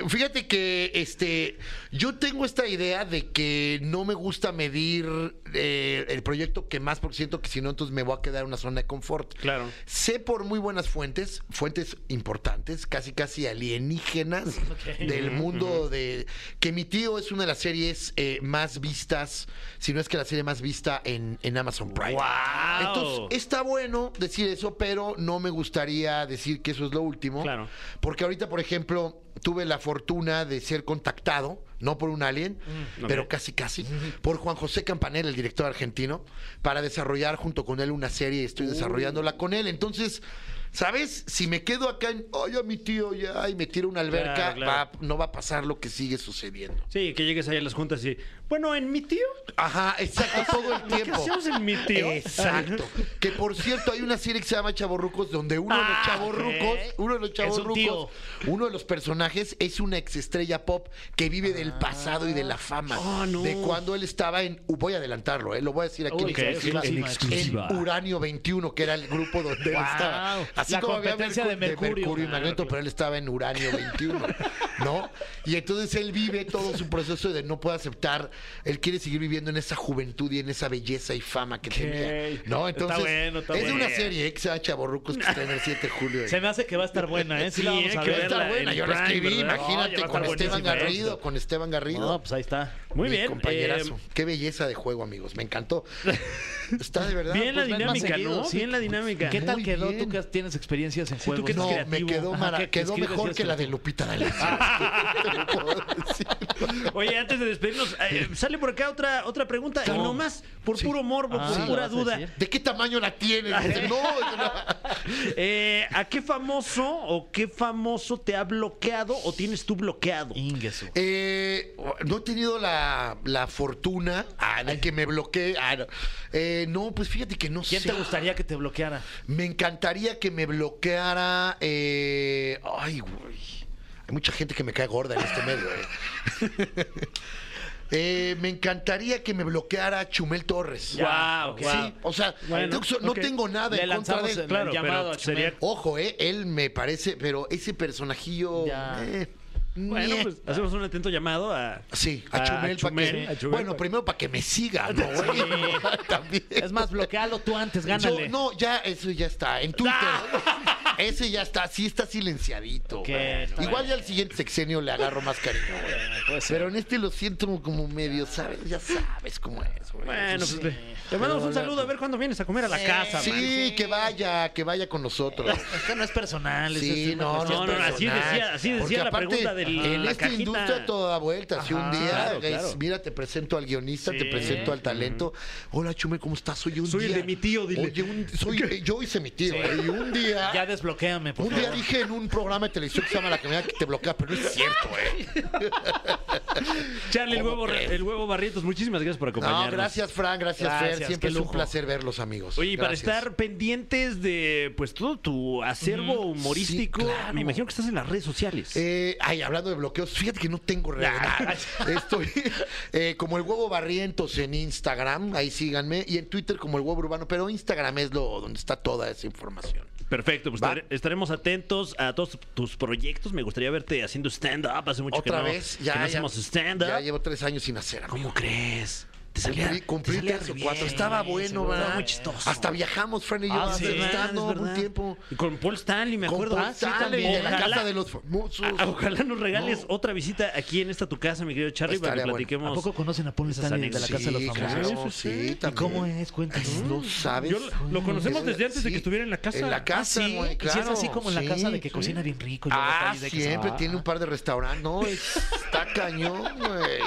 Speaker 7: es- fíjate que este yo tengo esta idea de que no me gusta medir eh, el proyecto que más por ciento, que si no, entonces me voy a quedar en una zona de confort.
Speaker 2: Claro.
Speaker 7: Sé por muy buenas fuentes, fuentes importantes, casi casi alienígenas del mundo de que mi tío es una de las series eh, más vistas, si no es que la serie más vista en, en Amazon Prime.
Speaker 2: ¡Guau!
Speaker 7: Entonces, está bueno decir eso, pero no me gustaría decir que eso es lo último.
Speaker 2: Claro.
Speaker 7: Porque ahorita, por ejemplo, tuve la fortuna de ser contactado, no por un alien,
Speaker 2: Mm.
Speaker 7: pero casi casi, por Juan José Campanel, el director argentino, para desarrollar junto con él una serie y estoy desarrollándola con él. Entonces, ¿sabes? Si me quedo acá en, ay, a mi tío ya, y me tiro a una alberca,
Speaker 2: Claro, claro.
Speaker 7: va- no va a pasar lo que sigue sucediendo.
Speaker 2: Sí, que llegues ahí a las juntas y. Bueno, en mi tío.
Speaker 7: Ajá, exacto, todo el tiempo.
Speaker 2: hacemos en mi tío?
Speaker 7: Exacto. Que por cierto, hay una serie que se llama Chavorrucos, donde uno de
Speaker 3: Ah,
Speaker 7: los chavorrucos,
Speaker 3: ok.
Speaker 7: uno de los
Speaker 3: Es un tío.
Speaker 7: chavorrucos, uno de los personajes es una exestrella pop que vive del
Speaker 3: Ah.
Speaker 7: pasado y de la fama.
Speaker 2: Ah, no.
Speaker 7: De cuando él estaba en. uh, Voy a adelantarlo, eh, lo voy a decir aquí
Speaker 3: Uy,
Speaker 7: en,
Speaker 3: ok,
Speaker 7: exclusiva,
Speaker 3: ok, en
Speaker 7: en
Speaker 3: exclusiva.
Speaker 7: Uranio 21, que era el grupo donde él
Speaker 3: Wow.
Speaker 7: estaba. Así
Speaker 3: La
Speaker 7: como había
Speaker 3: competencia de
Speaker 7: Mercu-
Speaker 3: Mercurio.
Speaker 7: y
Speaker 3: Claro,
Speaker 7: Magneto,
Speaker 3: claro.
Speaker 7: pero él estaba en Uranio 21, ¿no? Y entonces él vive todo su proceso de no puede aceptar, él quiere seguir viviendo en esa juventud y en esa belleza y fama que tenía, ¿no?
Speaker 3: Está
Speaker 7: Entonces,
Speaker 3: bueno, está
Speaker 7: es de
Speaker 3: bueno.
Speaker 7: una serie ¿eh? que se llama Chavorrucos que está en el 7 de julio.
Speaker 3: Se me hace que va a estar buena, ¿eh? Sí, la vamos
Speaker 2: eh,
Speaker 3: a
Speaker 2: que
Speaker 7: Va a
Speaker 3: ver.
Speaker 7: estar
Speaker 2: verla
Speaker 7: buena,
Speaker 2: en
Speaker 7: yo la
Speaker 2: Prime,
Speaker 7: escribí,
Speaker 2: ¿verdad? No, ya
Speaker 7: imagínate,
Speaker 2: va a
Speaker 7: con
Speaker 2: estar
Speaker 7: Esteban
Speaker 2: buenísima
Speaker 7: Garrido,
Speaker 2: esto.
Speaker 7: con Esteban Garrido.
Speaker 3: No, pues ahí está.
Speaker 2: Muy
Speaker 7: mi
Speaker 2: bien.
Speaker 7: compañerazo.
Speaker 2: eh,
Speaker 7: Qué belleza de juego, amigos. Me encantó. Está de verdad.
Speaker 2: bien la
Speaker 7: pues, ven más
Speaker 2: dinámica,
Speaker 7: seguido.
Speaker 2: ¿no? Bien la dinámica.
Speaker 3: ¿Qué tal
Speaker 7: Muy
Speaker 3: quedó?
Speaker 7: bien.
Speaker 3: Tú que tienes experiencias en juegos.
Speaker 7: Pues no, me quedó,
Speaker 2: Ah,
Speaker 7: mara-
Speaker 3: maravilla.
Speaker 7: quedó mejor que la de Lupita D'Alessio. Te puedo decir.
Speaker 2: Oye, antes de despedirnos, eh, sale por acá otra, otra pregunta. Y nomás, por puro morbo,
Speaker 3: Ah,
Speaker 2: por
Speaker 3: sí.
Speaker 2: pura
Speaker 3: ¿Lo vas a
Speaker 2: duda.
Speaker 3: decir?
Speaker 7: ¿De qué tamaño la tienes? No, es una-
Speaker 2: Eh, ¿A qué famoso o qué famoso te ha bloqueado o tienes tú bloqueado?
Speaker 3: Ingesu.
Speaker 7: Eh, no he tenido la, la fortuna ah, de que me bloquee. Ah, no. Eh, no, pues fíjate que no
Speaker 3: ¿Quién
Speaker 7: sé.
Speaker 3: te gustaría que te bloqueara?
Speaker 7: Me encantaría que me bloqueara. eh, Ay, güey. Hay mucha gente que me cae gorda en este medio, eh. Eh, me encantaría que me bloqueara Chumel Torres.
Speaker 2: Ya, ok.
Speaker 7: Sí, o sea,
Speaker 2: Bueno,
Speaker 7: yo no
Speaker 2: ok.
Speaker 7: tengo nada
Speaker 3: Le
Speaker 7: en contra
Speaker 3: lanzamos
Speaker 7: de él.
Speaker 3: el, claro, llamado
Speaker 2: pero
Speaker 3: a Chumel.
Speaker 2: sería-
Speaker 7: Ojo, eh, él me parece, pero ese personajillo.
Speaker 3: Ya.
Speaker 7: eh,
Speaker 2: Bueno,
Speaker 7: ñe.
Speaker 2: pues hacemos un atento llamado a.
Speaker 7: Sí, a
Speaker 2: a
Speaker 7: Chumel, pa'
Speaker 2: Chumel, a
Speaker 7: que-
Speaker 2: Chumel, pues.
Speaker 7: bueno,
Speaker 2: pa-
Speaker 7: primero para que me siga, ¿no, güey? También.
Speaker 3: Es más, bloquealo tú antes, gánale.
Speaker 7: Yo- no, ya, eso ya está. En Twitter. Ese ya está, sí está silenciadito.
Speaker 3: Ok,
Speaker 7: güey.
Speaker 3: está
Speaker 7: Igual ya al siguiente sexenio le agarro más cariño,
Speaker 2: Eh,
Speaker 7: güey. Pero en este lo siento como medio, ¿sabes? Ya sabes cómo es, güey.
Speaker 2: Bueno, pues le, le mandamos un saludo a ver cuándo vienes a comer a la casa.
Speaker 7: Sí,
Speaker 2: man.
Speaker 7: que vaya, que vaya con nosotros.
Speaker 3: Esto no es personal.
Speaker 7: Sí,
Speaker 3: es este,
Speaker 7: no,
Speaker 2: cuestión
Speaker 7: no, no,
Speaker 2: personal.
Speaker 7: así decía, así
Speaker 2: Porque
Speaker 7: decía la
Speaker 2: aparte,
Speaker 7: pregunta del
Speaker 2: ajá,
Speaker 7: en
Speaker 2: la
Speaker 7: esta
Speaker 2: cajita.
Speaker 7: industria toda vuelta, si un
Speaker 2: Ajá,
Speaker 7: día
Speaker 2: claro,
Speaker 7: es,
Speaker 2: claro.
Speaker 7: mira te presento al guionista,
Speaker 3: Sí.
Speaker 7: te presento al talento. Hola Chume, ¿cómo estás? Soy un
Speaker 2: Soy el
Speaker 7: día-
Speaker 2: de mi tío, dile.
Speaker 7: Oye, un- soy yo hice mi tío, ¿eh? y un día
Speaker 3: Ya desbloquéame, por
Speaker 7: un día
Speaker 3: favor.
Speaker 7: dije en un programa de televisión que se llama La Comunidad que te bloquea, pero no es cierto, ¿eh?
Speaker 2: Charlie, el
Speaker 7: ¿Cómo
Speaker 2: huevo,
Speaker 7: crees?
Speaker 2: el huevo Barrientos, muchísimas gracias por acompañarnos.
Speaker 7: No, gracias, Fran, gracias,
Speaker 3: Gracias,
Speaker 7: Fer. Siempre
Speaker 3: qué
Speaker 7: es un
Speaker 3: lujo.
Speaker 7: placer verlos, amigos.
Speaker 2: Oye, y para
Speaker 7: Gracias.
Speaker 2: estar pendientes de pues todo tu acervo humorístico,
Speaker 7: Sí, claro.
Speaker 2: me imagino que estás en las redes sociales.
Speaker 7: Eh, ay, hablando de bloqueos, fíjate que no tengo red. Estoy eh, como el huevo barrientos en Instagram, ahí síganme, y en Twitter como el huevo urbano, pero Instagram es lo donde está toda esa información.
Speaker 2: Perfecto, pues
Speaker 7: va.
Speaker 2: estar- estaremos atentos a todos tus proyectos. Me gustaría verte haciendo stand-up. Hace mucho
Speaker 7: Otra
Speaker 2: que no,
Speaker 7: vez, ya,
Speaker 2: que no
Speaker 7: ya-
Speaker 2: hacemos stand-up.
Speaker 7: Ya llevo tres años sin hacer. amigo.
Speaker 2: ¿Cómo crees? Te salía,
Speaker 7: Cumplí, cumplí
Speaker 2: te salía
Speaker 7: tres
Speaker 2: re
Speaker 7: o cuatro.
Speaker 2: bien.
Speaker 7: Estaba bueno,
Speaker 2: Seguro.
Speaker 7: ¿verdad?
Speaker 2: Estaba muy chistoso.
Speaker 7: Hasta viajamos, Fran y yo,
Speaker 3: Ah,
Speaker 7: a
Speaker 3: sí,
Speaker 7: hacer
Speaker 3: es
Speaker 7: stand-up
Speaker 2: es
Speaker 7: un
Speaker 2: verdad.
Speaker 7: tiempo.
Speaker 2: Y con Paul Stanley, me
Speaker 7: Con
Speaker 2: acuerdo.
Speaker 7: Paul
Speaker 2: Ah, sí,
Speaker 7: Stanley,
Speaker 2: también.
Speaker 7: de la
Speaker 2: Ojalá-
Speaker 7: casa de los famosos.
Speaker 2: Ah, Ojalá nos regales
Speaker 7: No.
Speaker 2: otra visita aquí en esta tu casa, mi querido Charlie, para que
Speaker 7: Estaría bueno.
Speaker 2: platiquemos.
Speaker 3: ¿A poco conocen a Paul
Speaker 2: Esas
Speaker 3: Stanley de la
Speaker 2: anécdotas.
Speaker 3: Casa de
Speaker 7: Sí,
Speaker 3: los Famosos?
Speaker 7: claro, sí,
Speaker 3: ¿Y
Speaker 7: también.
Speaker 3: cómo es? Cuéntanos.
Speaker 7: Ay, No sabes.
Speaker 2: Yo lo- lo conocemos
Speaker 7: Es-
Speaker 2: desde antes de que
Speaker 7: sí,
Speaker 2: estuviera en la casa.
Speaker 7: En la casa,
Speaker 3: Ah, sí,
Speaker 7: güey,
Speaker 3: sí,
Speaker 7: claro.
Speaker 3: es así como en la casa de que
Speaker 7: sí.
Speaker 3: cocina bien rico. y luego está
Speaker 7: Ah,
Speaker 3: ahí de que-
Speaker 7: siempre
Speaker 3: Ah.
Speaker 7: tiene un par de restaurantes. No, es- está cañón, güey.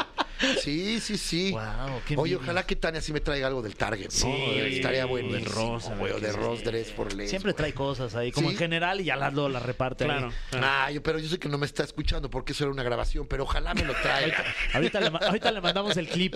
Speaker 7: Sí, sí, sí.
Speaker 3: Guau, qué
Speaker 7: Oye,
Speaker 3: envidia.
Speaker 7: ojalá que Tania sí me traiga algo del Target, ¿no?
Speaker 3: Sí,
Speaker 7: Estaría
Speaker 3: del
Speaker 7: bueno.
Speaker 2: Ross, a ver qué
Speaker 7: de
Speaker 2: se-
Speaker 7: Ross Dress for Less.
Speaker 3: Siempre
Speaker 7: güey.
Speaker 3: trae cosas ahí, como
Speaker 7: Sí.
Speaker 3: en general, y ya las lo las reparte. ahí.
Speaker 2: Claro.
Speaker 7: Ah, yo- pero yo sé que no me está escuchando porque eso era una grabación, pero ojalá me lo traiga.
Speaker 3: Ahorita le, ma- ahorita le mandamos el clip.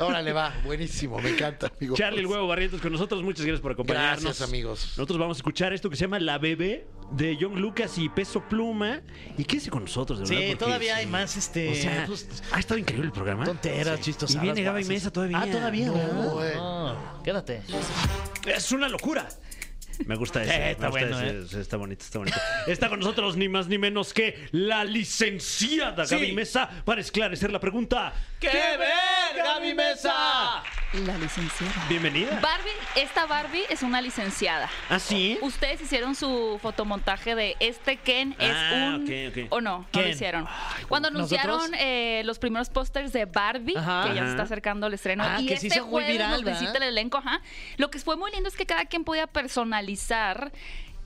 Speaker 7: Órale, va. Buenísimo, me encanta, amigo.
Speaker 2: Charlie el huevo barrientos con nosotros, muchas gracias por acompañarnos.
Speaker 7: Gracias, amigos.
Speaker 2: Nosotros vamos a escuchar esto que se llama La Bebé de John Lucas y Peso Pluma. Y quédese con nosotros, de verdad.
Speaker 3: Sí,
Speaker 2: porque
Speaker 3: todavía hay más este
Speaker 2: O sea,
Speaker 3: pues,
Speaker 2: ha estado increíble el programa.
Speaker 3: tonteras, chistosas.
Speaker 2: Y viene Gaby
Speaker 3: bases.
Speaker 2: Mesa todavía.
Speaker 3: Ah, todavía.
Speaker 2: No,
Speaker 3: ¿verdad?
Speaker 7: güey.
Speaker 3: No, quédate.
Speaker 2: Es una locura. Me gusta ese.
Speaker 3: Eh,
Speaker 2: me
Speaker 3: está
Speaker 2: gusta
Speaker 3: bueno,
Speaker 2: ese, ese, Está bonito, está bonito. Está con nosotros ni más ni menos que la licenciada
Speaker 3: Sí.
Speaker 2: Gaby Mesa para esclarecer la pregunta.
Speaker 3: ¡Qué ver, Gaby Mesa!
Speaker 10: La licenciada.
Speaker 2: Bienvenida.
Speaker 11: Barbie, esta Barbie es una licenciada.
Speaker 2: ¿Ah, sí?
Speaker 11: Ustedes hicieron su fotomontaje de este Ken es
Speaker 2: Ah,
Speaker 11: un
Speaker 2: ok, ok.
Speaker 11: o no, no
Speaker 3: Ken.
Speaker 11: lo hicieron. Cuando
Speaker 3: ¿Nosotros?
Speaker 11: anunciaron eh, los primeros pósters de Barbie,
Speaker 3: Ajá.
Speaker 11: que ya
Speaker 2: Ajá.
Speaker 11: se está acercando el estreno,
Speaker 3: Ah,
Speaker 11: y
Speaker 3: que se
Speaker 11: este
Speaker 3: hizo muy
Speaker 11: jueves
Speaker 3: viral,
Speaker 11: nos
Speaker 3: ¿verdad?
Speaker 11: visita el elenco, ajá. Lo que fue muy lindo es que cada quien podía personalizar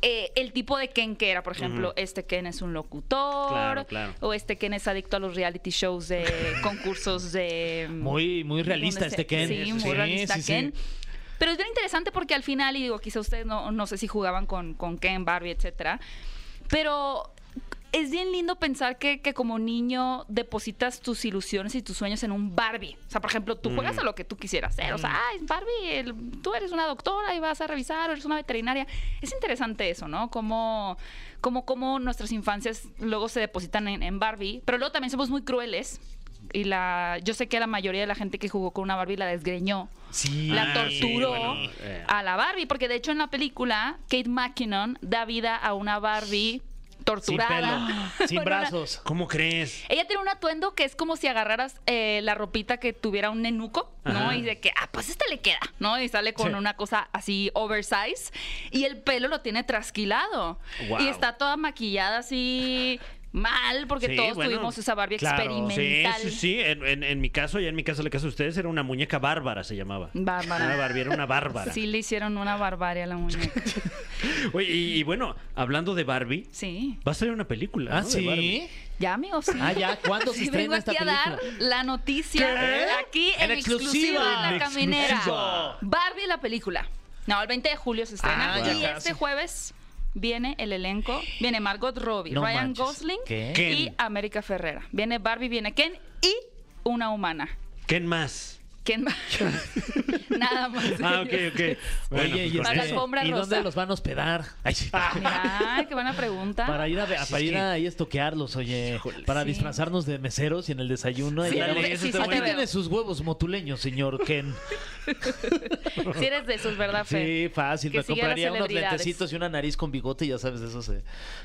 Speaker 11: eh, el tipo de Ken que era, por ejemplo,
Speaker 2: Ujú.
Speaker 11: este Ken es un locutor,
Speaker 2: Claro, claro.
Speaker 11: o este Ken es adicto a los reality shows de concursos de
Speaker 3: Muy, muy realista
Speaker 11: donde se-
Speaker 3: este Ken.
Speaker 11: Sí, muy realista
Speaker 3: sí, Ah, sí.
Speaker 11: Ken. Pero es bien interesante porque al final, y digo, quizá ustedes no, no sé si jugaban con, con Ken, Barbie, etcétera, pero es bien lindo pensar que, que como niño depositas tus ilusiones y tus sueños en un Barbie. O sea, por ejemplo, tú juegas a
Speaker 3: Mm.
Speaker 11: lo que tú quisieras ser. O sea, ah, es Barbie, el- tú eres una doctora y vas a revisar, o eres una veterinaria. Es interesante eso, ¿no? Como, como, como nuestras infancias luego se depositan en, en Barbie, pero luego también somos muy crueles. Y la, yo sé que la mayoría de la gente que jugó con una Barbie la desgreñó
Speaker 3: Ah, Sí.
Speaker 11: la torturó
Speaker 2: Ah, bueno, eh.
Speaker 11: a la Barbie, porque de hecho en la película Kate McKinnon da vida a una Barbie
Speaker 3: Sin
Speaker 11: torturada.
Speaker 3: pelo, sin
Speaker 11: Con una-
Speaker 3: brazos.
Speaker 2: ¿Cómo crees?
Speaker 11: Ella tiene un atuendo que es como si agarraras eh, la ropita que tuviera un nenuco, ¿no?
Speaker 2: Ajá.
Speaker 11: Y de que, ah, pues este le queda, ¿no? Y sale con
Speaker 3: Sí.
Speaker 11: una cosa así oversize y el pelo lo tiene trasquilado.
Speaker 2: Guau.
Speaker 11: Y está toda maquillada así mal, porque
Speaker 2: Sí,
Speaker 11: todos
Speaker 2: bueno.
Speaker 11: tuvimos esa Barbie
Speaker 3: Claro, sí,
Speaker 2: Sí,
Speaker 11: experimental.
Speaker 2: sí, sí. En, en- en mi caso, ya en mi caso, en el caso de ustedes, era una muñeca bárbara, se llamaba.
Speaker 11: Bárbara.
Speaker 2: Una Barbie, era una bárbara.
Speaker 11: Sí, le hicieron una barbarie a la muñeca.
Speaker 2: Oye, y, y bueno, hablando de Barbie,
Speaker 11: Sí.
Speaker 2: va a salir una película.
Speaker 3: Ah,
Speaker 2: ¿no? de Barbie.
Speaker 3: sí.
Speaker 11: Ya, amigos. sí.
Speaker 3: Ah, ya, ¿cuándo se
Speaker 11: Sí,
Speaker 3: estrena
Speaker 11: vengo
Speaker 3: esta
Speaker 11: aquí a dar
Speaker 3: película?
Speaker 11: la noticia
Speaker 3: ¿Qué?
Speaker 11: aquí
Speaker 3: En
Speaker 11: en, exclusiva
Speaker 3: exclusiva.
Speaker 11: de
Speaker 2: En
Speaker 11: la caminera.
Speaker 2: exclusiva.
Speaker 11: Barbie la película. No, el 20 de julio se estrena
Speaker 3: Ah, ya
Speaker 11: y
Speaker 3: casi.
Speaker 11: este jueves viene el elenco, viene Margot Robbie,
Speaker 3: No
Speaker 11: Ryan
Speaker 3: manches.
Speaker 11: Gosling
Speaker 3: ¿Qué?
Speaker 11: y
Speaker 2: Ken.
Speaker 11: América Ferrera. Viene Barbie, viene Ken y una humana.
Speaker 2: ¿Quién más?
Speaker 11: ¿Quién más? Nada más.
Speaker 2: Ah, ok, ok. Bueno,
Speaker 3: Oye,
Speaker 2: pues con
Speaker 3: ¿y,
Speaker 11: Para la
Speaker 3: este-
Speaker 2: eso.
Speaker 11: alfombra
Speaker 3: ¿y dónde
Speaker 11: rosa. Ah.
Speaker 3: los van a hospedar? Ay, sí.
Speaker 11: Mira, qué buena pregunta.
Speaker 3: Para ir a,
Speaker 2: Ay, sí,
Speaker 3: para
Speaker 2: es
Speaker 3: ir
Speaker 2: que-
Speaker 3: ahí a estoquearlos, oye. Para
Speaker 11: Sí.
Speaker 3: disfrazarnos de meseros y en el desayuno.
Speaker 11: Sí,
Speaker 3: y
Speaker 2: Dale,
Speaker 11: sí,
Speaker 2: eso está
Speaker 11: sí, sí
Speaker 3: Aquí
Speaker 11: te
Speaker 2: bueno.
Speaker 11: veo.
Speaker 3: tiene sus huevos motuleños, señor Ken.
Speaker 11: Si eres de esos, ¿verdad, Fer?
Speaker 3: Sí, fácil.
Speaker 11: Que
Speaker 3: Me
Speaker 11: sigue a las
Speaker 3: compraría unos
Speaker 11: celebridades.
Speaker 3: lentecitos y una nariz con bigote, ya sabes, de esos eh,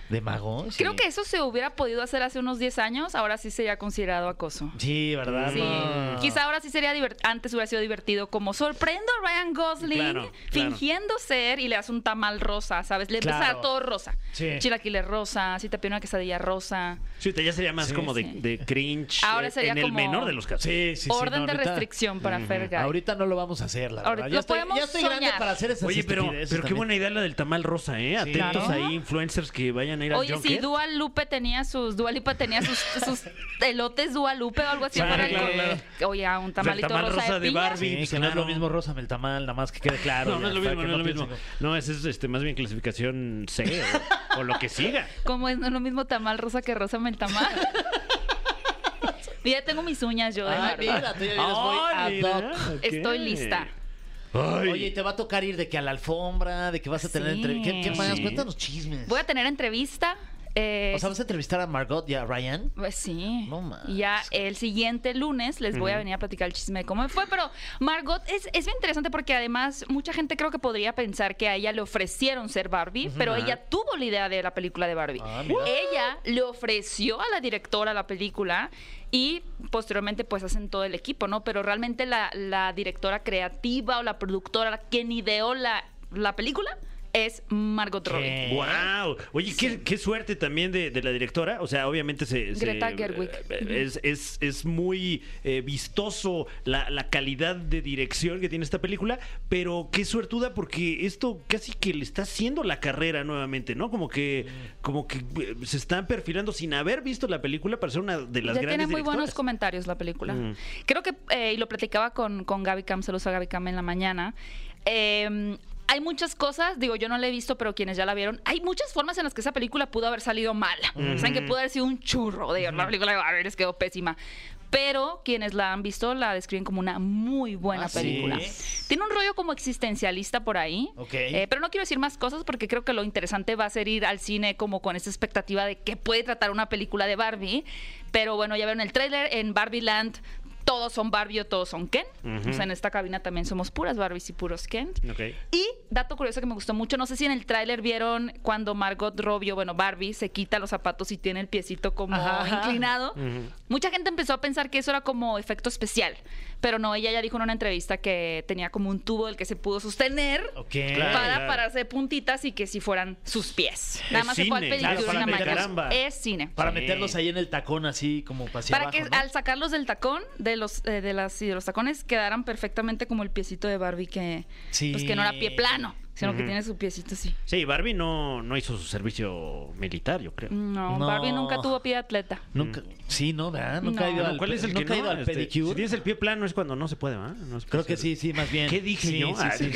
Speaker 3: de magón.
Speaker 11: Creo que eso se hubiera podido hacer hace unos 10 años, ahora sí sería considerado acoso.
Speaker 3: Sí, ¿verdad?
Speaker 11: Sí.
Speaker 3: No.
Speaker 11: Quizá ahora sí sería divertido, antes hubiera sido divertido como sorprendo a Ryan Gosling
Speaker 2: Claro, claro.
Speaker 11: fingiendo ser y le hace un tamal rosa, ¿sabes? Le empieza a
Speaker 3: Claro.
Speaker 11: dar todo rosa.
Speaker 3: Sí.
Speaker 11: Chilaquiles rosa, si te pide una quesadilla rosa.
Speaker 2: Sí, ya sería más
Speaker 3: Sí,
Speaker 2: como de,
Speaker 11: sí.
Speaker 2: de cringe.
Speaker 11: Ahora
Speaker 2: eh,
Speaker 11: sería
Speaker 2: En el
Speaker 11: como-
Speaker 2: menor de los casos.
Speaker 3: Sí, sí, sí,
Speaker 11: Orden
Speaker 3: no,
Speaker 11: de
Speaker 3: ahorita-
Speaker 11: restricción para Fer Guy.
Speaker 3: Ahorita no lo vamos a hacer, la
Speaker 11: Ahorita-
Speaker 3: verdad.
Speaker 11: lo
Speaker 3: Ya estoy,
Speaker 11: podemos
Speaker 3: ya estoy grande
Speaker 11: soñar.
Speaker 3: para hacer esas
Speaker 2: Oye, pero,
Speaker 3: estupideces
Speaker 2: pero qué
Speaker 3: también.
Speaker 2: buena idea la del tamal rosa, ¿eh? Atentos
Speaker 11: Claro.
Speaker 2: ahí, influencers que vayan a ir al
Speaker 11: Oye, si
Speaker 2: Junket.
Speaker 11: Dua Lupe tenía sus, Dua Lipa tenía sus, sus elotes Dua Lupe o algo así.
Speaker 2: Sí,
Speaker 11: fuera
Speaker 2: claro,
Speaker 11: con-
Speaker 2: claro.
Speaker 11: Oye, a un
Speaker 2: sea, el
Speaker 11: tamalito
Speaker 2: tamal
Speaker 11: rosa,
Speaker 2: rosa
Speaker 11: de,
Speaker 2: de
Speaker 11: piña.
Speaker 2: Barbie.
Speaker 3: Sí, que no es
Speaker 2: claro.
Speaker 3: lo mismo rosa el tamal, nada más que quede claro.
Speaker 2: No, no
Speaker 3: ya,
Speaker 2: es lo
Speaker 3: para
Speaker 2: mismo,
Speaker 3: que
Speaker 2: no es lo mismo.
Speaker 3: piensen-
Speaker 2: No, esa es este, más bien clasificación C o, o lo que siga.
Speaker 11: ¿Cómo es? ¿No es lo mismo tamal rosa que rosa tamal? ya tengo mis uñas yo de
Speaker 3: Ay,
Speaker 11: Barbie.
Speaker 3: Ah, mira, tú ya vienes muy ad
Speaker 2: Ah, mira,
Speaker 3: hoc.
Speaker 2: ok.
Speaker 11: Estoy lista.
Speaker 2: Ay.
Speaker 3: Oye, y te va a tocar ir de que a la alfombra, de que vas a tener
Speaker 11: Sí.
Speaker 3: entrevistas. ¿Qué, qué más?
Speaker 2: Sí.
Speaker 3: Cuéntanos chismes.
Speaker 11: Voy a tener entrevista. eh,
Speaker 3: O sea, vas a entrevistar a Margot y a Ryan.
Speaker 11: pues sí.
Speaker 3: No más.
Speaker 11: Y ya el siguiente lunes les voy a venir a platicar el chisme de cómo me fue. Pero Margot es, es bien interesante porque además mucha gente creo que podría pensar que a ella le ofrecieron ser Barbie, pero ella tuvo la idea de la película de Barbie.
Speaker 3: Ah, mira.
Speaker 11: ella le ofreció a la directora la película y posteriormente pues hacen todo el equipo, ¿no? Pero realmente la, la directora creativa o la productora, quien ideó la, la película, es Margot Robbie.
Speaker 2: ¡Wow! Oye, qué, qué suerte también de, de la directora. O sea, obviamente se. se-
Speaker 11: Greta Gerwig.
Speaker 2: eh, Es, es- es muy eh, vistoso la, la calidad de dirección que tiene esta película, pero qué suertuda porque esto casi que le está haciendo la carrera nuevamente, ¿no? Como que, como que eh, se están perfilando sin haber visto la película para ser una de las
Speaker 11: Ya
Speaker 2: grandes
Speaker 11: tiene muy buenos
Speaker 2: directoras.
Speaker 11: comentarios la película.
Speaker 2: Mm.
Speaker 11: Creo que, eh, y lo platicaba con, con Gaby Cam, saludos a Gaby Cam en la mañana. eh, hay muchas cosas, digo, yo no la he visto, pero quienes ya la vieron, hay muchas formas en las que esa película pudo haber salido mal. Saben que pudo haber sido un churro, digo, la película, a ver, les quedó pésima. Pero quienes la han visto la describen como una muy buena
Speaker 3: ¿Ah, sí?
Speaker 11: película. Tiene un rollo como existencialista por ahí.
Speaker 3: Ok.
Speaker 11: Eh, pero no quiero decir más cosas porque creo que lo interesante va a ser ir al cine como con esa expectativa de qué puede tratar una película de Barbie. Pero bueno, ya vieron el tráiler en Barbie Land. Todos son Barbie o todos son Ken.
Speaker 2: Ujú.
Speaker 11: O sea, en esta cabina también somos puras Barbies y puros Ken.
Speaker 2: Ok.
Speaker 11: Y dato curioso que me gustó mucho, no sé si en el tráiler vieron cuando Margot Robbie, o bueno, Barbie, se quita los zapatos y tiene el piecito como
Speaker 3: Ajá.
Speaker 11: inclinado.
Speaker 2: Ujú.
Speaker 11: Mucha gente empezó a pensar que eso era como efecto especial, pero no, ella ya dijo en una entrevista que tenía como un tubo del que se pudo sostener
Speaker 3: Ok.
Speaker 2: Claro,
Speaker 11: para
Speaker 2: claro.
Speaker 11: pararse de puntitas y que si fueran sus pies. Nada
Speaker 2: Es
Speaker 11: más se fue al
Speaker 2: cine,
Speaker 11: pedicure
Speaker 3: claro,
Speaker 11: y
Speaker 3: para
Speaker 11: una
Speaker 3: meter-
Speaker 11: manicure.
Speaker 2: caramba.
Speaker 11: Es cine.
Speaker 3: Para
Speaker 2: Sí.
Speaker 3: meterlos ahí en el tacón, así como para hacia
Speaker 11: Para
Speaker 3: abajo,
Speaker 11: que
Speaker 3: ¿no?
Speaker 11: al sacarlos del tacón, de los, eh, de las, y de los tacones, quedaran perfectamente como el piecito de Barbie que,
Speaker 3: Sí.
Speaker 11: pues, que no era pie plano, sino que
Speaker 2: Ujú.
Speaker 11: tiene su piecito así.
Speaker 2: Sí, Barbie no, no hizo su servicio militar, yo creo.
Speaker 11: No,
Speaker 3: No.
Speaker 11: Barbie nunca tuvo pie de atleta.
Speaker 3: Nunca, sí, no, ¿verdad? Nunca
Speaker 11: No.
Speaker 3: he ido
Speaker 2: Bueno,
Speaker 3: al,
Speaker 2: ¿Cuál es el
Speaker 3: nunca
Speaker 2: que
Speaker 3: he
Speaker 2: no?
Speaker 3: ido al
Speaker 2: Este,
Speaker 3: pedicure.
Speaker 2: Si tienes el pie plano es cuando no se puede, ¿verdad? No se puede
Speaker 3: Creo que
Speaker 2: hacer-
Speaker 3: sí, sí, más bien.
Speaker 2: ¿Qué dije
Speaker 3: Sí,
Speaker 2: yo?
Speaker 3: sí,
Speaker 2: Ah,
Speaker 3: sí.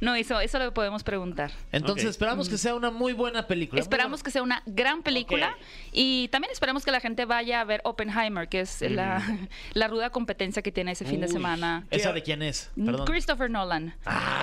Speaker 11: No hizo, eso lo podemos preguntar.
Speaker 3: Entonces
Speaker 2: Ok.
Speaker 3: esperamos que sea una muy buena película.
Speaker 11: Mm. Esperamos que sea una gran película y también esperamos que la gente vaya a ver Oppenheimer, que es la, la ruda competencia que tiene ese fin de
Speaker 3: Uy,
Speaker 11: semana.
Speaker 3: ¿Esa de quién es?
Speaker 11: Mm,
Speaker 3: Perdón.
Speaker 11: Christopher Nolan.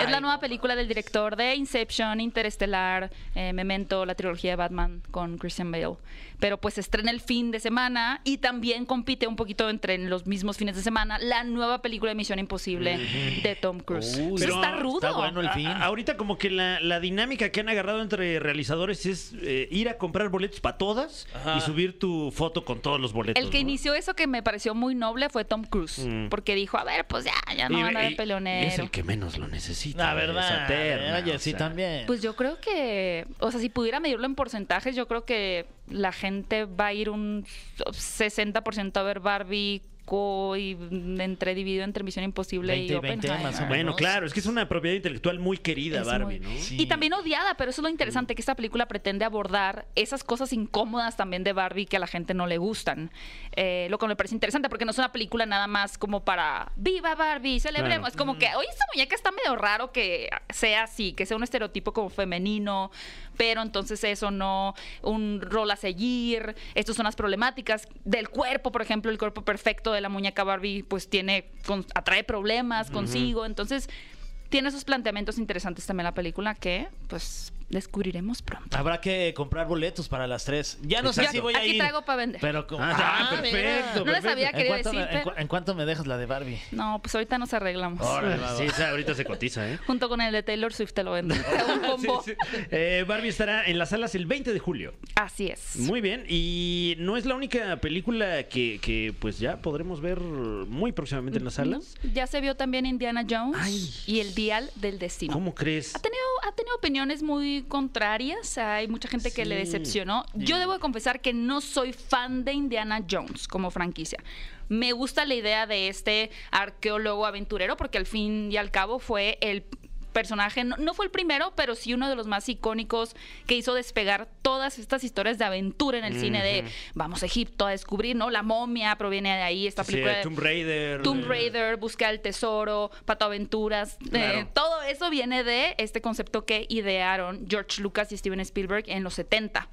Speaker 11: es la nueva película del director de Inception, Interestelar, eh, Memento, la trilogía de Batman con Christian Bale. Pero pues se estrena el fin de semana y también compite un poquito entre en los mismos fines de semana la nueva película de Misión Imposible de Tom Cruise.
Speaker 3: Uy,
Speaker 11: Eso
Speaker 2: pero
Speaker 11: está rudo.
Speaker 3: Está bueno el
Speaker 2: A-
Speaker 3: fin.
Speaker 2: a- ah, ahorita como que la, la dinámica que han agarrado entre realizadores es eh, ir a comprar boletos para todas
Speaker 3: Ajá.
Speaker 2: y subir tu foto con todos los boletos.
Speaker 11: El que
Speaker 2: ¿no?
Speaker 11: inició eso que me pareció muy noble fue Tom Cruise,
Speaker 2: Mm.
Speaker 11: porque dijo, a ver, pues ya, ya no
Speaker 2: Y-
Speaker 11: van a
Speaker 2: y-
Speaker 11: ver
Speaker 2: y Es el
Speaker 11: peleonero.
Speaker 2: que menos lo necesita.
Speaker 3: La
Speaker 2: esa
Speaker 3: Ah, verdad.
Speaker 2: terna,
Speaker 3: oye,
Speaker 2: o
Speaker 3: sí,
Speaker 2: sea.
Speaker 3: también.
Speaker 11: Pues yo creo que, o sea, si pudiera medirlo en porcentajes, yo creo que la gente va a ir un 60% a ver Barbie co- y entre dividido entre Misión Imposible
Speaker 3: 20
Speaker 11: y
Speaker 3: y 20
Speaker 11: Oppenheimer.
Speaker 3: más o menos.
Speaker 2: Bueno, claro, es que es una propiedad intelectual muy querida,
Speaker 11: Es
Speaker 2: Barbie,
Speaker 11: muy-
Speaker 2: ¿no?
Speaker 3: Sí.
Speaker 11: Y también odiada, pero eso es lo interesante, que esta película pretende abordar esas cosas incómodas también de Barbie que a la gente no le gustan. Eh, lo que me parece interesante, porque no es una película nada más como para ¡Viva Barbie! ¡Celebremos!
Speaker 2: Claro.
Speaker 11: Es como que, oye, esta muñeca está medio raro que sea así, que sea un estereotipo como femenino, pero entonces eso no, un rol a seguir, estas son las problemáticas del cuerpo, por ejemplo, el cuerpo perfecto de la muñeca Barbie pues tiene, con- atrae problemas consigo, entonces tiene esos planteamientos interesantes también la película que pues descubriremos pronto.
Speaker 3: Habrá que comprar boletos para las tres. Ya no sé
Speaker 11: Yo
Speaker 3: si voy a
Speaker 11: aquí
Speaker 3: ir.
Speaker 11: traigo para vender.
Speaker 3: Pero como.
Speaker 2: Ah,
Speaker 3: mira.
Speaker 2: perfecto,
Speaker 11: No les perfecto. había
Speaker 3: ¿En
Speaker 11: querido
Speaker 3: cuánto me-
Speaker 11: decir,
Speaker 3: en cu-
Speaker 11: pero-
Speaker 3: ¿En cuánto me dejas la de Barbie?
Speaker 11: No, pues ahorita nos arreglamos.
Speaker 3: Órale, va, va.
Speaker 2: Sí, esa ahorita se cotiza, ¿eh?
Speaker 11: Junto con el de Taylor Swift te lo vendo. Te hago un combo.
Speaker 2: Sí, sí. Eh, Barbie estará en las salas el 20 de julio.
Speaker 11: Así es.
Speaker 2: Muy bien, y no es la única película que, que, pues ya podremos ver muy próximamente en las salas.
Speaker 11: Ya se vio también Indiana Jones
Speaker 2: Ay.
Speaker 11: y el Dial del Destino.
Speaker 2: ¿Cómo crees?
Speaker 11: Ha tenido, ha tenido opiniones muy contrarias. Hay mucha gente que le
Speaker 2: Sí.
Speaker 11: decepcionó. Yo debo de confesar que no soy fan de Indiana Jones como franquicia. Me gusta la idea de este arqueólogo aventurero porque al fin y al cabo fue el personaje, no, no fue el primero, pero sí uno de los más icónicos que hizo despegar todas estas historias de aventura en el cine de vamos a Egipto a descubrir, ¿no? La momia proviene de ahí, esta
Speaker 2: Sí,
Speaker 11: película de-
Speaker 2: Tomb Raider.
Speaker 11: Tomb
Speaker 2: eh,
Speaker 11: Raider, Busca el Tesoro, Pato Aventuras, eh,
Speaker 2: Claro.
Speaker 11: todo eso viene de este concepto que idearon George Lucas y Steven Spielberg en los 70.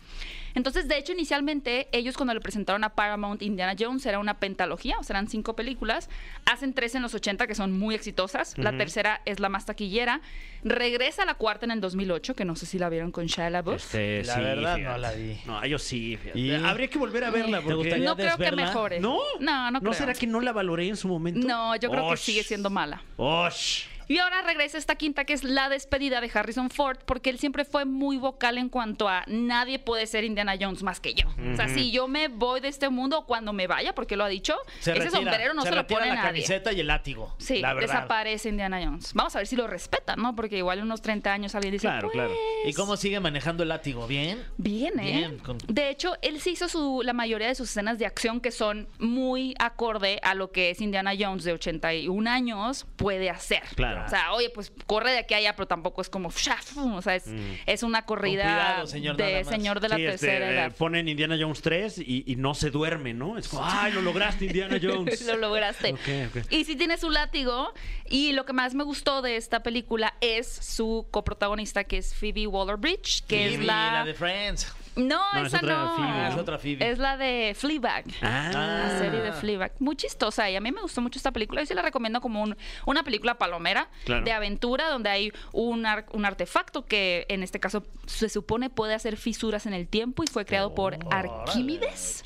Speaker 11: Entonces, de hecho, inicialmente ellos cuando le presentaron a Paramount Indiana Jones era una pentalogía, o sea, eran cinco películas, hacen tres en los 80 que son muy exitosas, la tercera es la más taquillera, regresa la cuarta en el 2008, que no sé si la vieron con Shia LaBeouf.
Speaker 2: Este,
Speaker 3: La
Speaker 2: sí,
Speaker 3: verdad,
Speaker 2: fíjate.
Speaker 3: no la vi.
Speaker 2: No, ah, yo sí. fíjate.
Speaker 3: ¿Y?
Speaker 2: Habría que volver a verla
Speaker 3: ¿Te
Speaker 2: porque...
Speaker 3: gustaría
Speaker 11: No creo que
Speaker 3: desverla?
Speaker 11: mejore.
Speaker 2: ¿No?
Speaker 11: No, no creo.
Speaker 2: será que no la valoré en su momento?
Speaker 11: No, yo creo que
Speaker 2: Osh.
Speaker 11: sigue siendo mala.
Speaker 2: ¡Osh!
Speaker 11: Y ahora regresa esta quinta que es la despedida de Harrison Ford, porque él siempre fue muy vocal en cuanto a nadie puede ser Indiana Jones más que yo. O sea,
Speaker 3: Ujú.
Speaker 11: si yo me voy de este mundo cuando me vaya, porque lo ha dicho,
Speaker 3: Se
Speaker 11: ese
Speaker 3: retira,
Speaker 11: sombrero no se, lo
Speaker 3: retira
Speaker 11: pone
Speaker 3: la
Speaker 11: nadie.
Speaker 3: camiseta y el látigo.
Speaker 11: Sí,
Speaker 3: la verdad.
Speaker 11: desaparece Indiana Jones. Vamos a ver si lo respetan, ¿no? Porque igual en unos 30 años alguien dice,
Speaker 3: Claro, claro.
Speaker 11: "Pues,
Speaker 3: ¿Y cómo sigue manejando el látigo? ¿Bien?
Speaker 11: Bien, ¿eh?
Speaker 3: Bien, con-
Speaker 11: De hecho, él sí hizo su, la mayoría de sus escenas de acción que son muy acorde a lo que es Indiana Jones de 81 años puede hacer.
Speaker 3: Claro.
Speaker 11: O sea, oye, pues corre de aquí a allá, pero tampoco es como... ¡shaf! O sea, es, es una corrida
Speaker 3: Mm. cuidado, señor, nada
Speaker 11: de
Speaker 3: más.
Speaker 11: señor de la
Speaker 2: Sí, este,
Speaker 11: tercera
Speaker 2: eh,
Speaker 11: edad.
Speaker 2: ponen Indiana Jones 3 y, y no se duerme, ¿no? Es como, ¡ay, lo lograste, Indiana Jones!
Speaker 11: Lo lograste.
Speaker 2: Ok, ok.
Speaker 11: Y sí tiene su látigo. Y lo que más me gustó de esta película es su coprotagonista, que es Phoebe Waller-Bridge, que es
Speaker 3: Phoebe,
Speaker 11: la...
Speaker 3: de Friends.
Speaker 11: No,
Speaker 3: No, es
Speaker 11: esa
Speaker 3: otra
Speaker 11: no.
Speaker 3: Phoebe. Es otra Phoebe. Ah,
Speaker 11: Es la de Fleabag.
Speaker 2: Ah,
Speaker 11: La serie de Fleabag. Muy chistosa y a mí me gustó mucho esta película. Yo sí la recomiendo como un- una película palomera
Speaker 10: Claro.
Speaker 11: de aventura donde hay un, ar- un artefacto que en este caso se supone puede hacer fisuras en el tiempo y fue creado por Arquímedes.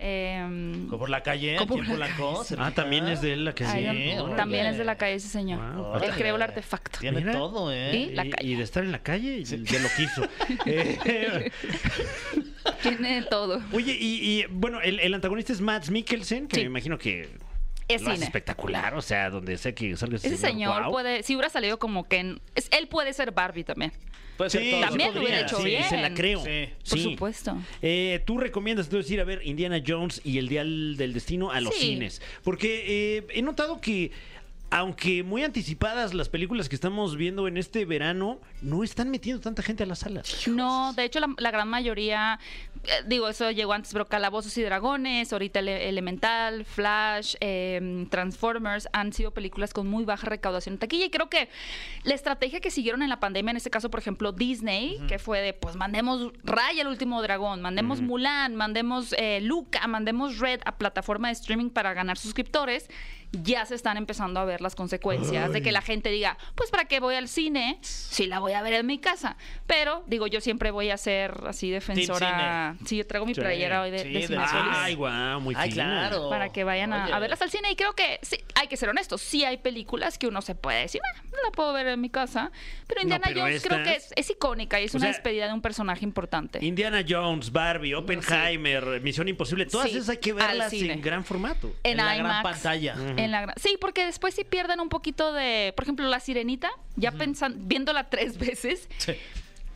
Speaker 11: Eh,
Speaker 3: Como por la calle, aquí en Polanco.
Speaker 2: Ah, también es de él la que
Speaker 11: ay,
Speaker 2: sí.
Speaker 11: no, también es de la calle ese señor.
Speaker 2: Wow.
Speaker 11: Él creó el artefacto.
Speaker 3: Tiene todo, ¿eh?
Speaker 11: Y la
Speaker 2: Y de estar en la calle y de lo que hizo. Eh,
Speaker 11: Tiene todo.
Speaker 2: oye, y, y, bueno, el, el antagonista es Mads Mikkelsen, que
Speaker 11: Sí.
Speaker 2: me imagino que
Speaker 11: Es
Speaker 2: lo hace
Speaker 11: cine.
Speaker 2: espectacular, o sea, donde sea que salga
Speaker 11: Ese señor
Speaker 2: guau.
Speaker 11: puede, si hubiera salido como Ken, es- él puede ser Barbie también.
Speaker 3: Puede ser todo,
Speaker 11: También
Speaker 3: sí
Speaker 11: lo hubiera
Speaker 3: podría,
Speaker 11: hecho
Speaker 2: sí,
Speaker 11: bien.
Speaker 2: se la creo.
Speaker 3: Sí.
Speaker 11: Por
Speaker 2: Sí.
Speaker 11: supuesto.
Speaker 2: Eh, Tú recomiendas entonces ir a ver Indiana Jones y el Dial del Destino a los
Speaker 11: Sí.
Speaker 2: cines. Porque eh, he notado que, aunque muy anticipadas las películas que estamos viendo en este verano, no están metiendo tanta gente a las salas.
Speaker 11: No, de hecho la, la gran mayoría, eh, digo, eso llegó antes, pero Calabozos y Dragones, ahorita Ele- Elemental, Flash, eh, Transformers, han sido películas con muy baja recaudación en taquilla y creo que la estrategia que siguieron en la pandemia, en este caso, por ejemplo, Disney, que fue de, pues mandemos Raya el último dragón, mandemos Mulan, mandemos eh, Luca, mandemos Red a plataforma de streaming para ganar suscriptores, ya se están empezando a ver las consecuencias de que
Speaker 10: Ay.
Speaker 11: la gente diga, pues para qué voy al cine si la voy a ver en mi casa. Pero digo, yo siempre voy a ser así defensora. Sí, yo traigo mi
Speaker 2: Sí,
Speaker 11: playera hoy de,
Speaker 2: sí,
Speaker 11: de
Speaker 2: de-
Speaker 11: Cinépolis.
Speaker 2: Ay, guau, muy
Speaker 3: Ay,
Speaker 2: fino.
Speaker 3: claro.
Speaker 11: Para que vayan a,
Speaker 3: Oye.
Speaker 11: a verlas al cine. Y creo que sí, hay que ser honestos. Sí hay películas que uno se puede decir, "Ah, no la puedo ver en mi casa. Pero
Speaker 2: No,
Speaker 11: Indiana
Speaker 2: pero
Speaker 11: Jones creo que
Speaker 2: estas-
Speaker 11: es, es icónica y es
Speaker 2: O
Speaker 11: una
Speaker 2: sea,
Speaker 11: despedida de un personaje importante.
Speaker 2: Indiana Jones, Barbie, Oppenheimer, Misión Imposible, todas
Speaker 11: Sí,
Speaker 2: esas hay que
Speaker 11: al
Speaker 2: verlas
Speaker 11: cine.
Speaker 2: en gran formato.
Speaker 11: En En la gran IMAX.
Speaker 3: pantalla.
Speaker 11: En la gran- Sí, porque después sí pierden un poquito de, por ejemplo, La Sirenita, ya pensando, viéndola tres veces,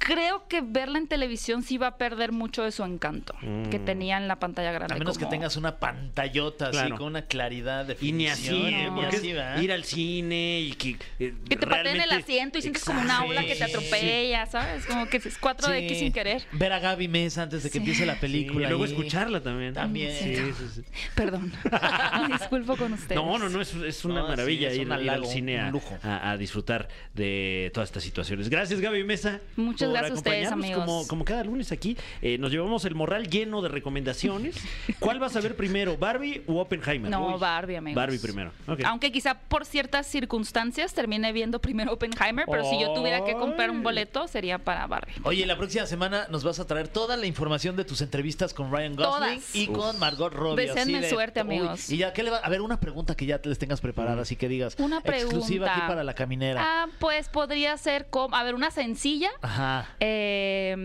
Speaker 11: creo que verla en televisión sí va a perder mucho de su encanto que
Speaker 3: Mm.
Speaker 11: tenía en la pantalla grande.
Speaker 3: A menos que
Speaker 11: como-
Speaker 3: tengas una pantallota así
Speaker 2: Claro.
Speaker 3: con una claridad de
Speaker 2: Y ni así, ¿eh? porque es
Speaker 3: ¿verdad?
Speaker 2: ir al cine y que... eh,
Speaker 11: Que te pateen el
Speaker 2: realmente-
Speaker 11: asiento y sientes como una
Speaker 2: Exacto.
Speaker 11: aula que te
Speaker 2: Sí, sí, sí.
Speaker 11: atropella, ¿sabes? Como que es 4DX
Speaker 3: Sí.
Speaker 11: sin querer.
Speaker 3: Ver a Gaby Mesa antes de que
Speaker 11: Sí.
Speaker 3: empiece la película.
Speaker 2: Y luego
Speaker 3: ahí.
Speaker 2: escucharla también.
Speaker 3: También.
Speaker 2: Sí, sí, sí.
Speaker 11: Perdón. Me disculpo con ustedes.
Speaker 2: No, no, no, es, es una
Speaker 3: No, sí,
Speaker 2: maravilla
Speaker 3: es un
Speaker 2: ir, ir al
Speaker 3: halago,
Speaker 2: cine a,
Speaker 3: un lujo.
Speaker 2: a- a disfrutar de todas estas situaciones. Gracias, Gaby Mesa.
Speaker 11: Muchas gracias a ustedes,
Speaker 2: acompañarnos.
Speaker 11: amigos.
Speaker 2: Como, como cada lunes aquí, eh, nos llevamos el morral lleno de recomendaciones. ¿Cuál vas a ver primero, Barbie u Oppenheimer?
Speaker 11: No,
Speaker 2: Uy,
Speaker 11: Barbie, amigos.
Speaker 2: Barbie primero. Ok.
Speaker 11: Aunque quizá por ciertas circunstancias termine viendo primero Oppenheimer, pero si yo tuviera que comprar un boleto sería para Barbie.
Speaker 3: Oye, la próxima semana nos vas a traer toda la información de tus entrevistas con Ryan Gosling
Speaker 11: Todas.
Speaker 3: y
Speaker 11: Uf.
Speaker 3: con Margot Robbie. así
Speaker 11: Deseenme
Speaker 3: de-
Speaker 11: suerte,
Speaker 3: uy,
Speaker 11: amigos.
Speaker 3: Y ya, ¿qué le va? A ver, una pregunta que ya les tengas preparada, así que digas.
Speaker 11: Una pregunta.
Speaker 3: Exclusiva aquí para la caminera.
Speaker 11: Ah, pues podría ser como, a ver, una sencilla.
Speaker 3: Ajá.
Speaker 11: Eh,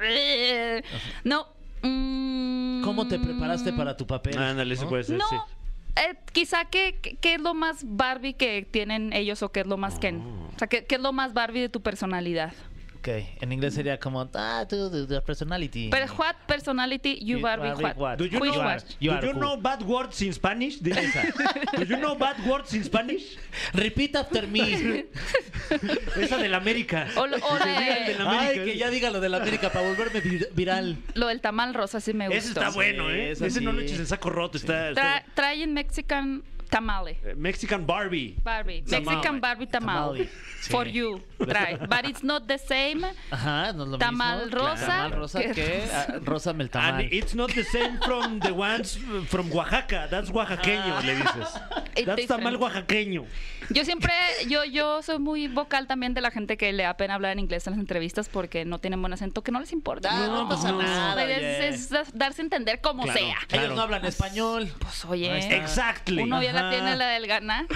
Speaker 11: mm, no. mm,
Speaker 3: ¿Cómo te preparaste para tu papel?
Speaker 2: Ándale, eso puede ser,
Speaker 11: No.
Speaker 2: sí.
Speaker 11: eh, quizá que, que- que es lo más Barbie que tienen ellos o qué es lo más Ken. O sea, ¿qué, qué es lo más Barbie de tu personalidad?
Speaker 3: Ok, en inglés sería como, ah, tu, tu- tu personality.
Speaker 11: Pero what personality you Barbie, what?
Speaker 2: Do you
Speaker 11: Which
Speaker 2: know,
Speaker 11: one?
Speaker 2: do you know bad words in Spanish? Dile esa. Do you know bad words in Spanish?
Speaker 3: Repeat after me.
Speaker 2: Esa del América.
Speaker 11: O lo- o
Speaker 2: Que diga el
Speaker 11: de-
Speaker 2: del América.
Speaker 3: Ay, que ya diga lo de la América para volverme vir- viral.
Speaker 11: Lo del tamal rosa sí me gusta.
Speaker 2: Ese está bueno, ¿eh?
Speaker 3: esa
Speaker 2: Ese no
Speaker 3: sí.
Speaker 2: lo eches en saco roto. Está, está-
Speaker 11: Try in Mexican tamale.
Speaker 2: Eh, Mexican Barbie.
Speaker 11: Barbie.
Speaker 2: Tamal.
Speaker 3: eh.
Speaker 11: Mexican Barbie tamal.
Speaker 3: Tamale, sí.
Speaker 11: For you. Try. But it's not the same.
Speaker 3: Ajá, no es lo
Speaker 11: Tamal
Speaker 3: mismo.
Speaker 11: rosa.
Speaker 3: Tamal rosa
Speaker 11: ¿Qué
Speaker 3: que
Speaker 11: rosa?
Speaker 3: ah, rosa el tamal.
Speaker 2: And it's not the same from the ones from Oaxaca. That's oaxaqueño, le dices.
Speaker 11: Ah. It's
Speaker 2: That's tamal
Speaker 11: different.
Speaker 2: oaxaqueño.
Speaker 11: Yo siempre, yo, yo soy muy vocal también de la gente que le da pena hablar en inglés en las entrevistas porque no tienen buen acento, que no les importa. Pues,
Speaker 3: Ah, no pasa nada, oye.
Speaker 11: Es, es da- darse a entender como sea.
Speaker 3: Ellos no hablan español.
Speaker 11: Pues oye.
Speaker 3: Ahí está.
Speaker 2: Exactly.
Speaker 11: Uno viene la tiene la del Ghana.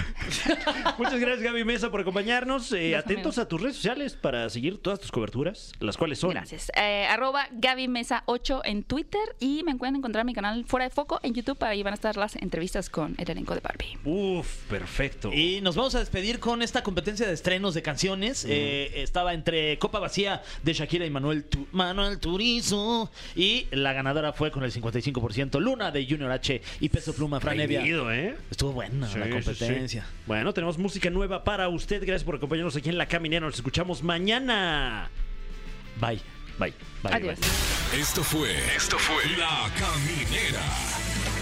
Speaker 2: Muchas gracias, Gaby Mesa, por acompañarnos. Eh,
Speaker 11: Gracias,
Speaker 2: atentos
Speaker 11: amigos.
Speaker 2: a tus redes sociales para seguir todas tus coberturas, las cuales son.
Speaker 11: Gracias. Eh, arroba Gaby Mesa 8 en Twitter y me pueden encontrar en mi canal Fuera de Foco en YouTube. Ahí van a estar las entrevistas con el elenco de Barbie.
Speaker 2: Uf, perfecto.
Speaker 3: Y nos vamos a despedir con esta competencia de estrenos de canciones. Eh, estaba entre Copa Vacía de Shakira y Manuel, Tu- Manuel Turizo. Y la ganadora fue con el 55%, Luna de Junior H y Peso Pluma, Fran Evia.
Speaker 2: Reñido, ¿eh?
Speaker 3: Estuvo buena
Speaker 2: Sí,
Speaker 3: la
Speaker 2: sí,
Speaker 3: competencia.
Speaker 2: sí. Bueno, tenemos música nueva para usted. Gracias por acompañarnos aquí en La Caminera. Nos escuchamos mañana.
Speaker 3: Bye.
Speaker 2: Bye. Bye.
Speaker 11: Adiós.
Speaker 2: bye.
Speaker 1: Esto fue. Esto fue. La Caminera.